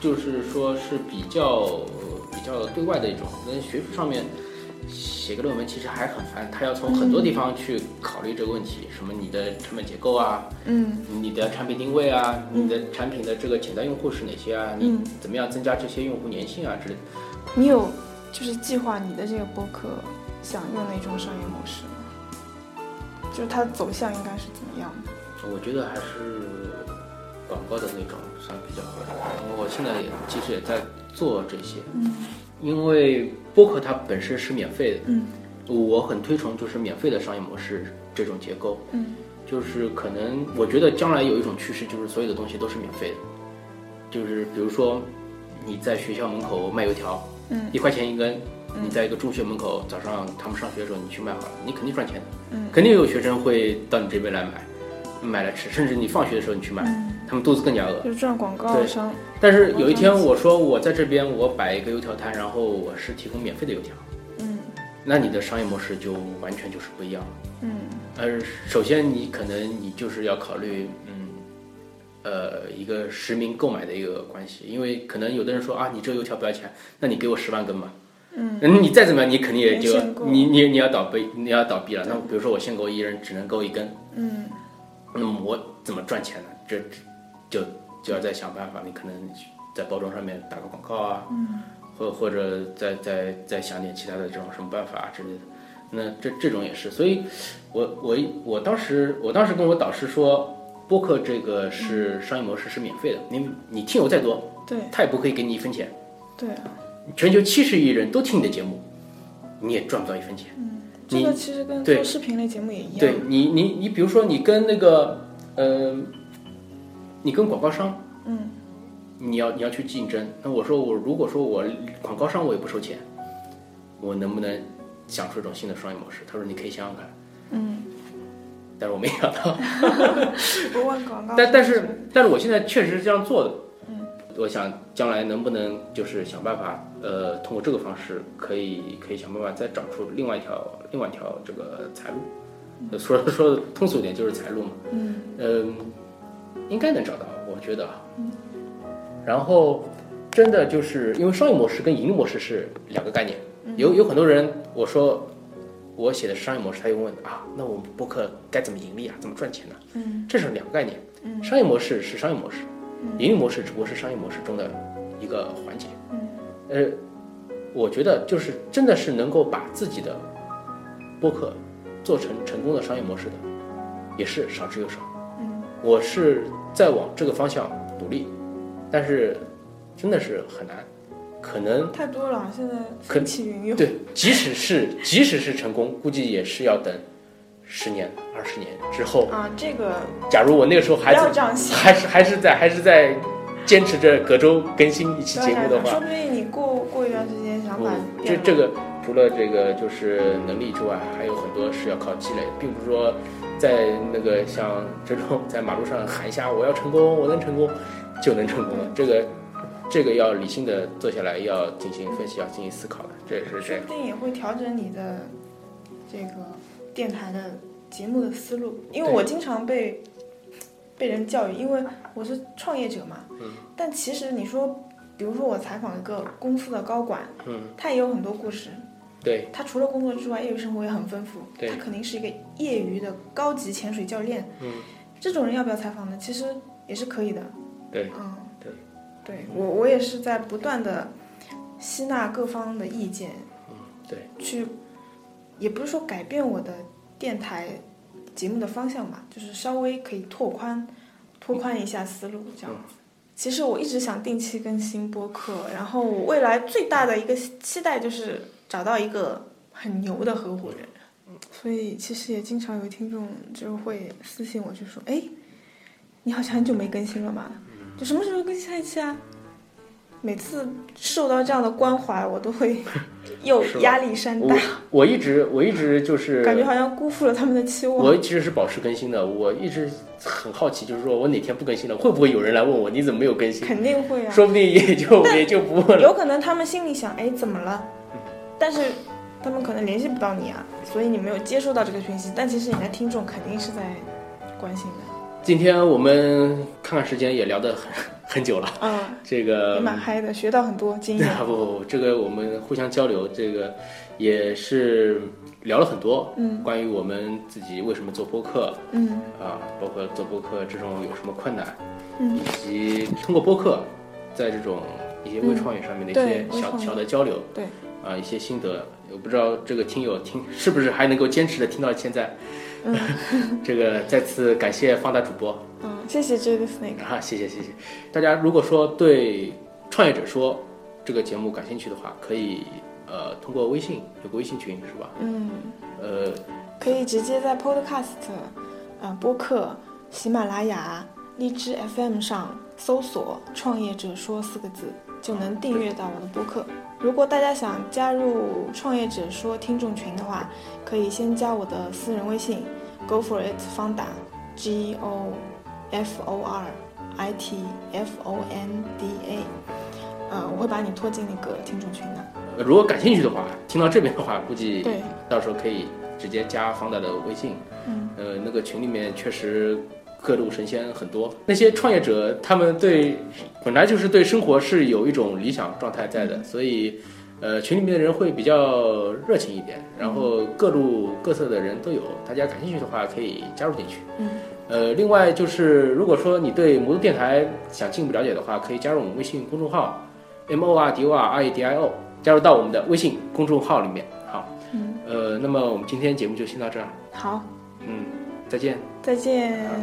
B: 就是说是比较呃比较对外的一种。那学术上面，写个论文其实还是很烦，他要从很多地方去考虑这个问题，什么你的成本结构啊，
A: 嗯
B: 你的产品定位啊，
A: 嗯
B: 你的产品的这个潜在用户是哪些啊，你
A: 嗯，
B: 怎么样增加这些用户粘性啊之类的。
A: 你有就是计划你的这个播客想用哪种商业模式吗？就是它的走向应该是怎么样的？
B: 我觉得还是广告的那种算比较好的。我现在也其实也在做这些，
A: 嗯
B: 因为播客它本身是免费
A: 嗯
B: 的，我很推崇就是免费的商业模式这种结构。
A: 嗯
B: 就是可能我觉得将来有一种趋势，就是所有的东西都是免费的，就是比如说你在学校门口卖油条，
A: 嗯，
B: 一块钱一根。你在一个中学门口，早上他们上学的时候，你去卖好了，你肯定赚钱的，
A: 嗯
B: 肯定有学生会到你这边来买，买来吃，甚至你放学的时候你去买，
A: 嗯，
B: 他们肚子更加饿。
A: 就是赚广告
B: 对
A: 商，
B: 但是有一天我说我在这边我摆一个油条摊，然后我是提供免费的油条，
A: 嗯
B: 那你的商业模式就完全就是不一样了。
A: 嗯
B: 呃，首先你可能你就是要考虑，嗯，呃，一个实名购买的一个关系，因为可能有的人说啊，你这个油条不要钱，那你给我十万根吧，
A: 嗯
B: 嗯，你再怎么样，你肯定也就
A: 连限购
B: 你你你要倒闭，你要倒闭了。那比如说我限购一人只能购一根，
A: 嗯
B: 那么我怎么赚钱呢？这这就就要再想办法，你可能在包装上面打个广告啊，
A: 嗯
B: 或或者再再再想点其他的这种什么办法啊之类的。那这这种也是，所以我我我当时我当时跟我导师说，播客这个
A: 嗯
B: 是商业模式是免费的，你你听友再多，
A: 对
B: 他也不会给你一分钱。
A: 对啊，
B: 全球七十亿人都听你的节目，你也赚不到一分钱。
A: 这个其实跟
B: 对
A: 做视频类节目也一样，
B: 对你你你比如说你跟那个呃，你跟广告商，
A: 嗯
B: 你要你要去竞争。那我说我如果说我广告商我也不收钱，我能不能想出一种新的商业模式？他说你可以想想看，
A: 嗯，
B: 但是我没想到。
A: 不问广告，
B: 但但哦是但是我现在确实是这样做的。
A: 嗯，
B: 我想将来能不能就是想办法，呃，通过这个方式可以可以想办法再找出另外一条另外一条这个财路。呃说说得通俗一点就是财路嘛。
A: 嗯
B: 嗯，应该能找到，我觉得啊。然后，真的就是因为商业模式跟盈利模式是两个概念，
A: 嗯
B: 有有很多人我说我写的是商业模式，他又问啊，那我们播客该怎么盈利啊，怎么赚钱呢、
A: 嗯
B: 这是两个概念，
A: 嗯
B: 商业模式是商业模式，
A: 嗯
B: 盈利模式只不过是商业模式中的一个环节。
A: 嗯
B: 呃，我觉得就是真的是能够把自己的播客做成成功的商业模式的，也是少之又少。
A: 嗯
B: 我是在往这个方向努力，但是真的是很难。可能
A: 太多了，现在
B: 可
A: 风起云涌，
B: 对，即使是即使是成功，估计也是要等十年、二十年之后。
A: 啊，这个
B: 假如我那个时候
A: 不
B: 还
A: 要
B: 在
A: 这样想。
B: 还是还是在还是在坚持着隔周更新一期节目的
A: 说
B: 话，
A: 不定你过过一段时间想法
B: 嗯，这
A: 变了。
B: 这个除了这个就是能力之外，还有很多是要靠积累，并不是说在那个像这种在马路上喊一下我要成功，我能成功就能成功了。这个这个要理性的坐下来，要进行分析，要进行思考的，这也是这
A: 说
B: 样。
A: 不定也会调整你的这个电台的节目的思路，因为
B: 对
A: 我经常被被人教育，因为我是创业者嘛。
B: 嗯
A: 但其实你说，比如说我采访一个公司的高管，
B: 嗯，
A: 他也有很多故事，
B: 对
A: 他除了工作之外，业余生活也很丰富。
B: 对
A: 他肯定是一个业余的高级潜水教练。
B: 嗯，
A: 这种人要不要采访呢？其实也是可以的。
B: 对，
A: 嗯，
B: 对，
A: 对我我也是在不断的吸纳各方的意见，
B: 对，
A: 去也不是说改变我的电台节目的方向吧，就是稍微可以拓宽拓宽一下思路这样子。其实我一直想定期更新播客，然后我未来最大的一个期待就是找到一个很牛的合伙人。所以其实也经常有听众就会私信我，就说：“哎，你好像很久没更新了嘛，
B: 嗯
A: 就什么时候更新一期啊？”每次受到这样的关怀，我都会 又
B: 是吧
A: 压力山大
B: 我，我一直我一直就是
A: 感觉好像辜负了他们的期望。
B: 我其实是保持更新的，我一直很好奇，就是说我哪天不更新了，会不会有人来问我你怎么没有更 新？
A: 肯定会啊，
B: 说不定也就也就不问了。嗯
A: 有可能他们心里想，哎，怎么了？但是他们可能联系不到你啊，所以你没有接收到这个讯息。但其实你的听众肯定是在关心的。
B: 今天我们看看时间，也聊得很很久了。
A: 嗯，
B: 这个
A: 也蛮嗨的，学到很多经验。
B: 呃 啊不不不，这个我们互相交流，这个也是聊了很多，
A: 嗯
B: 关于我们自己为什么做播客
A: 嗯
B: 啊，包括做播客这种有什么困难，
A: 嗯
B: 以及通过播客在这种一些微创业上面的一些
A: 嗯对微
B: 小
A: 创业
B: 小的交流，
A: 对
B: 啊一些心得，我不知道这个听友听是不是还能够坚持的听到现在， 这个再次感谢放大主播，
A: 嗯，谢谢 Jade Snake。
B: 啊，谢谢谢谢大家。如果说对创业者说这个节目感兴趣的话，可以呃通过微信有个微信群是吧？
A: 嗯，
B: 呃，
A: 可以直接在 Podcast 啊、播客、喜马拉雅、荔枝 FM 上搜索“创业者说”四个字，就能订阅到我的播客。如果大家想加入“创业者说”听众群的话，可以先加我的私人微信 “Go for it” 方达 G O F O R I T F O N D A。嗯，我会把你拖进那个听众群的。
B: 呃如果感兴趣的话，听到这边的话，估计
A: 对，
B: 到时候可以直接加方大的微信。
A: 嗯，
B: 呃，那个群里面确实各路神仙很多，那些创业者他们对本来就是对生活是有一种理想状态
A: 嗯
B: 在的，所以。呃，群里面的人会比较热情一点，然后各路各色的人都有，大家感兴趣的话可以加入进去。
A: 嗯，
B: 呃，另外就是，如果说你对魔都电台想进一步了解的话，可以加入我们微信公众号 m o r d o r r e d i o，加入到我们的微信公众号里面。好，
A: 嗯，
B: 呃，那么我们今天节目就先到这儿，
A: 好，
B: 嗯，再见。
A: 再见。
B: 好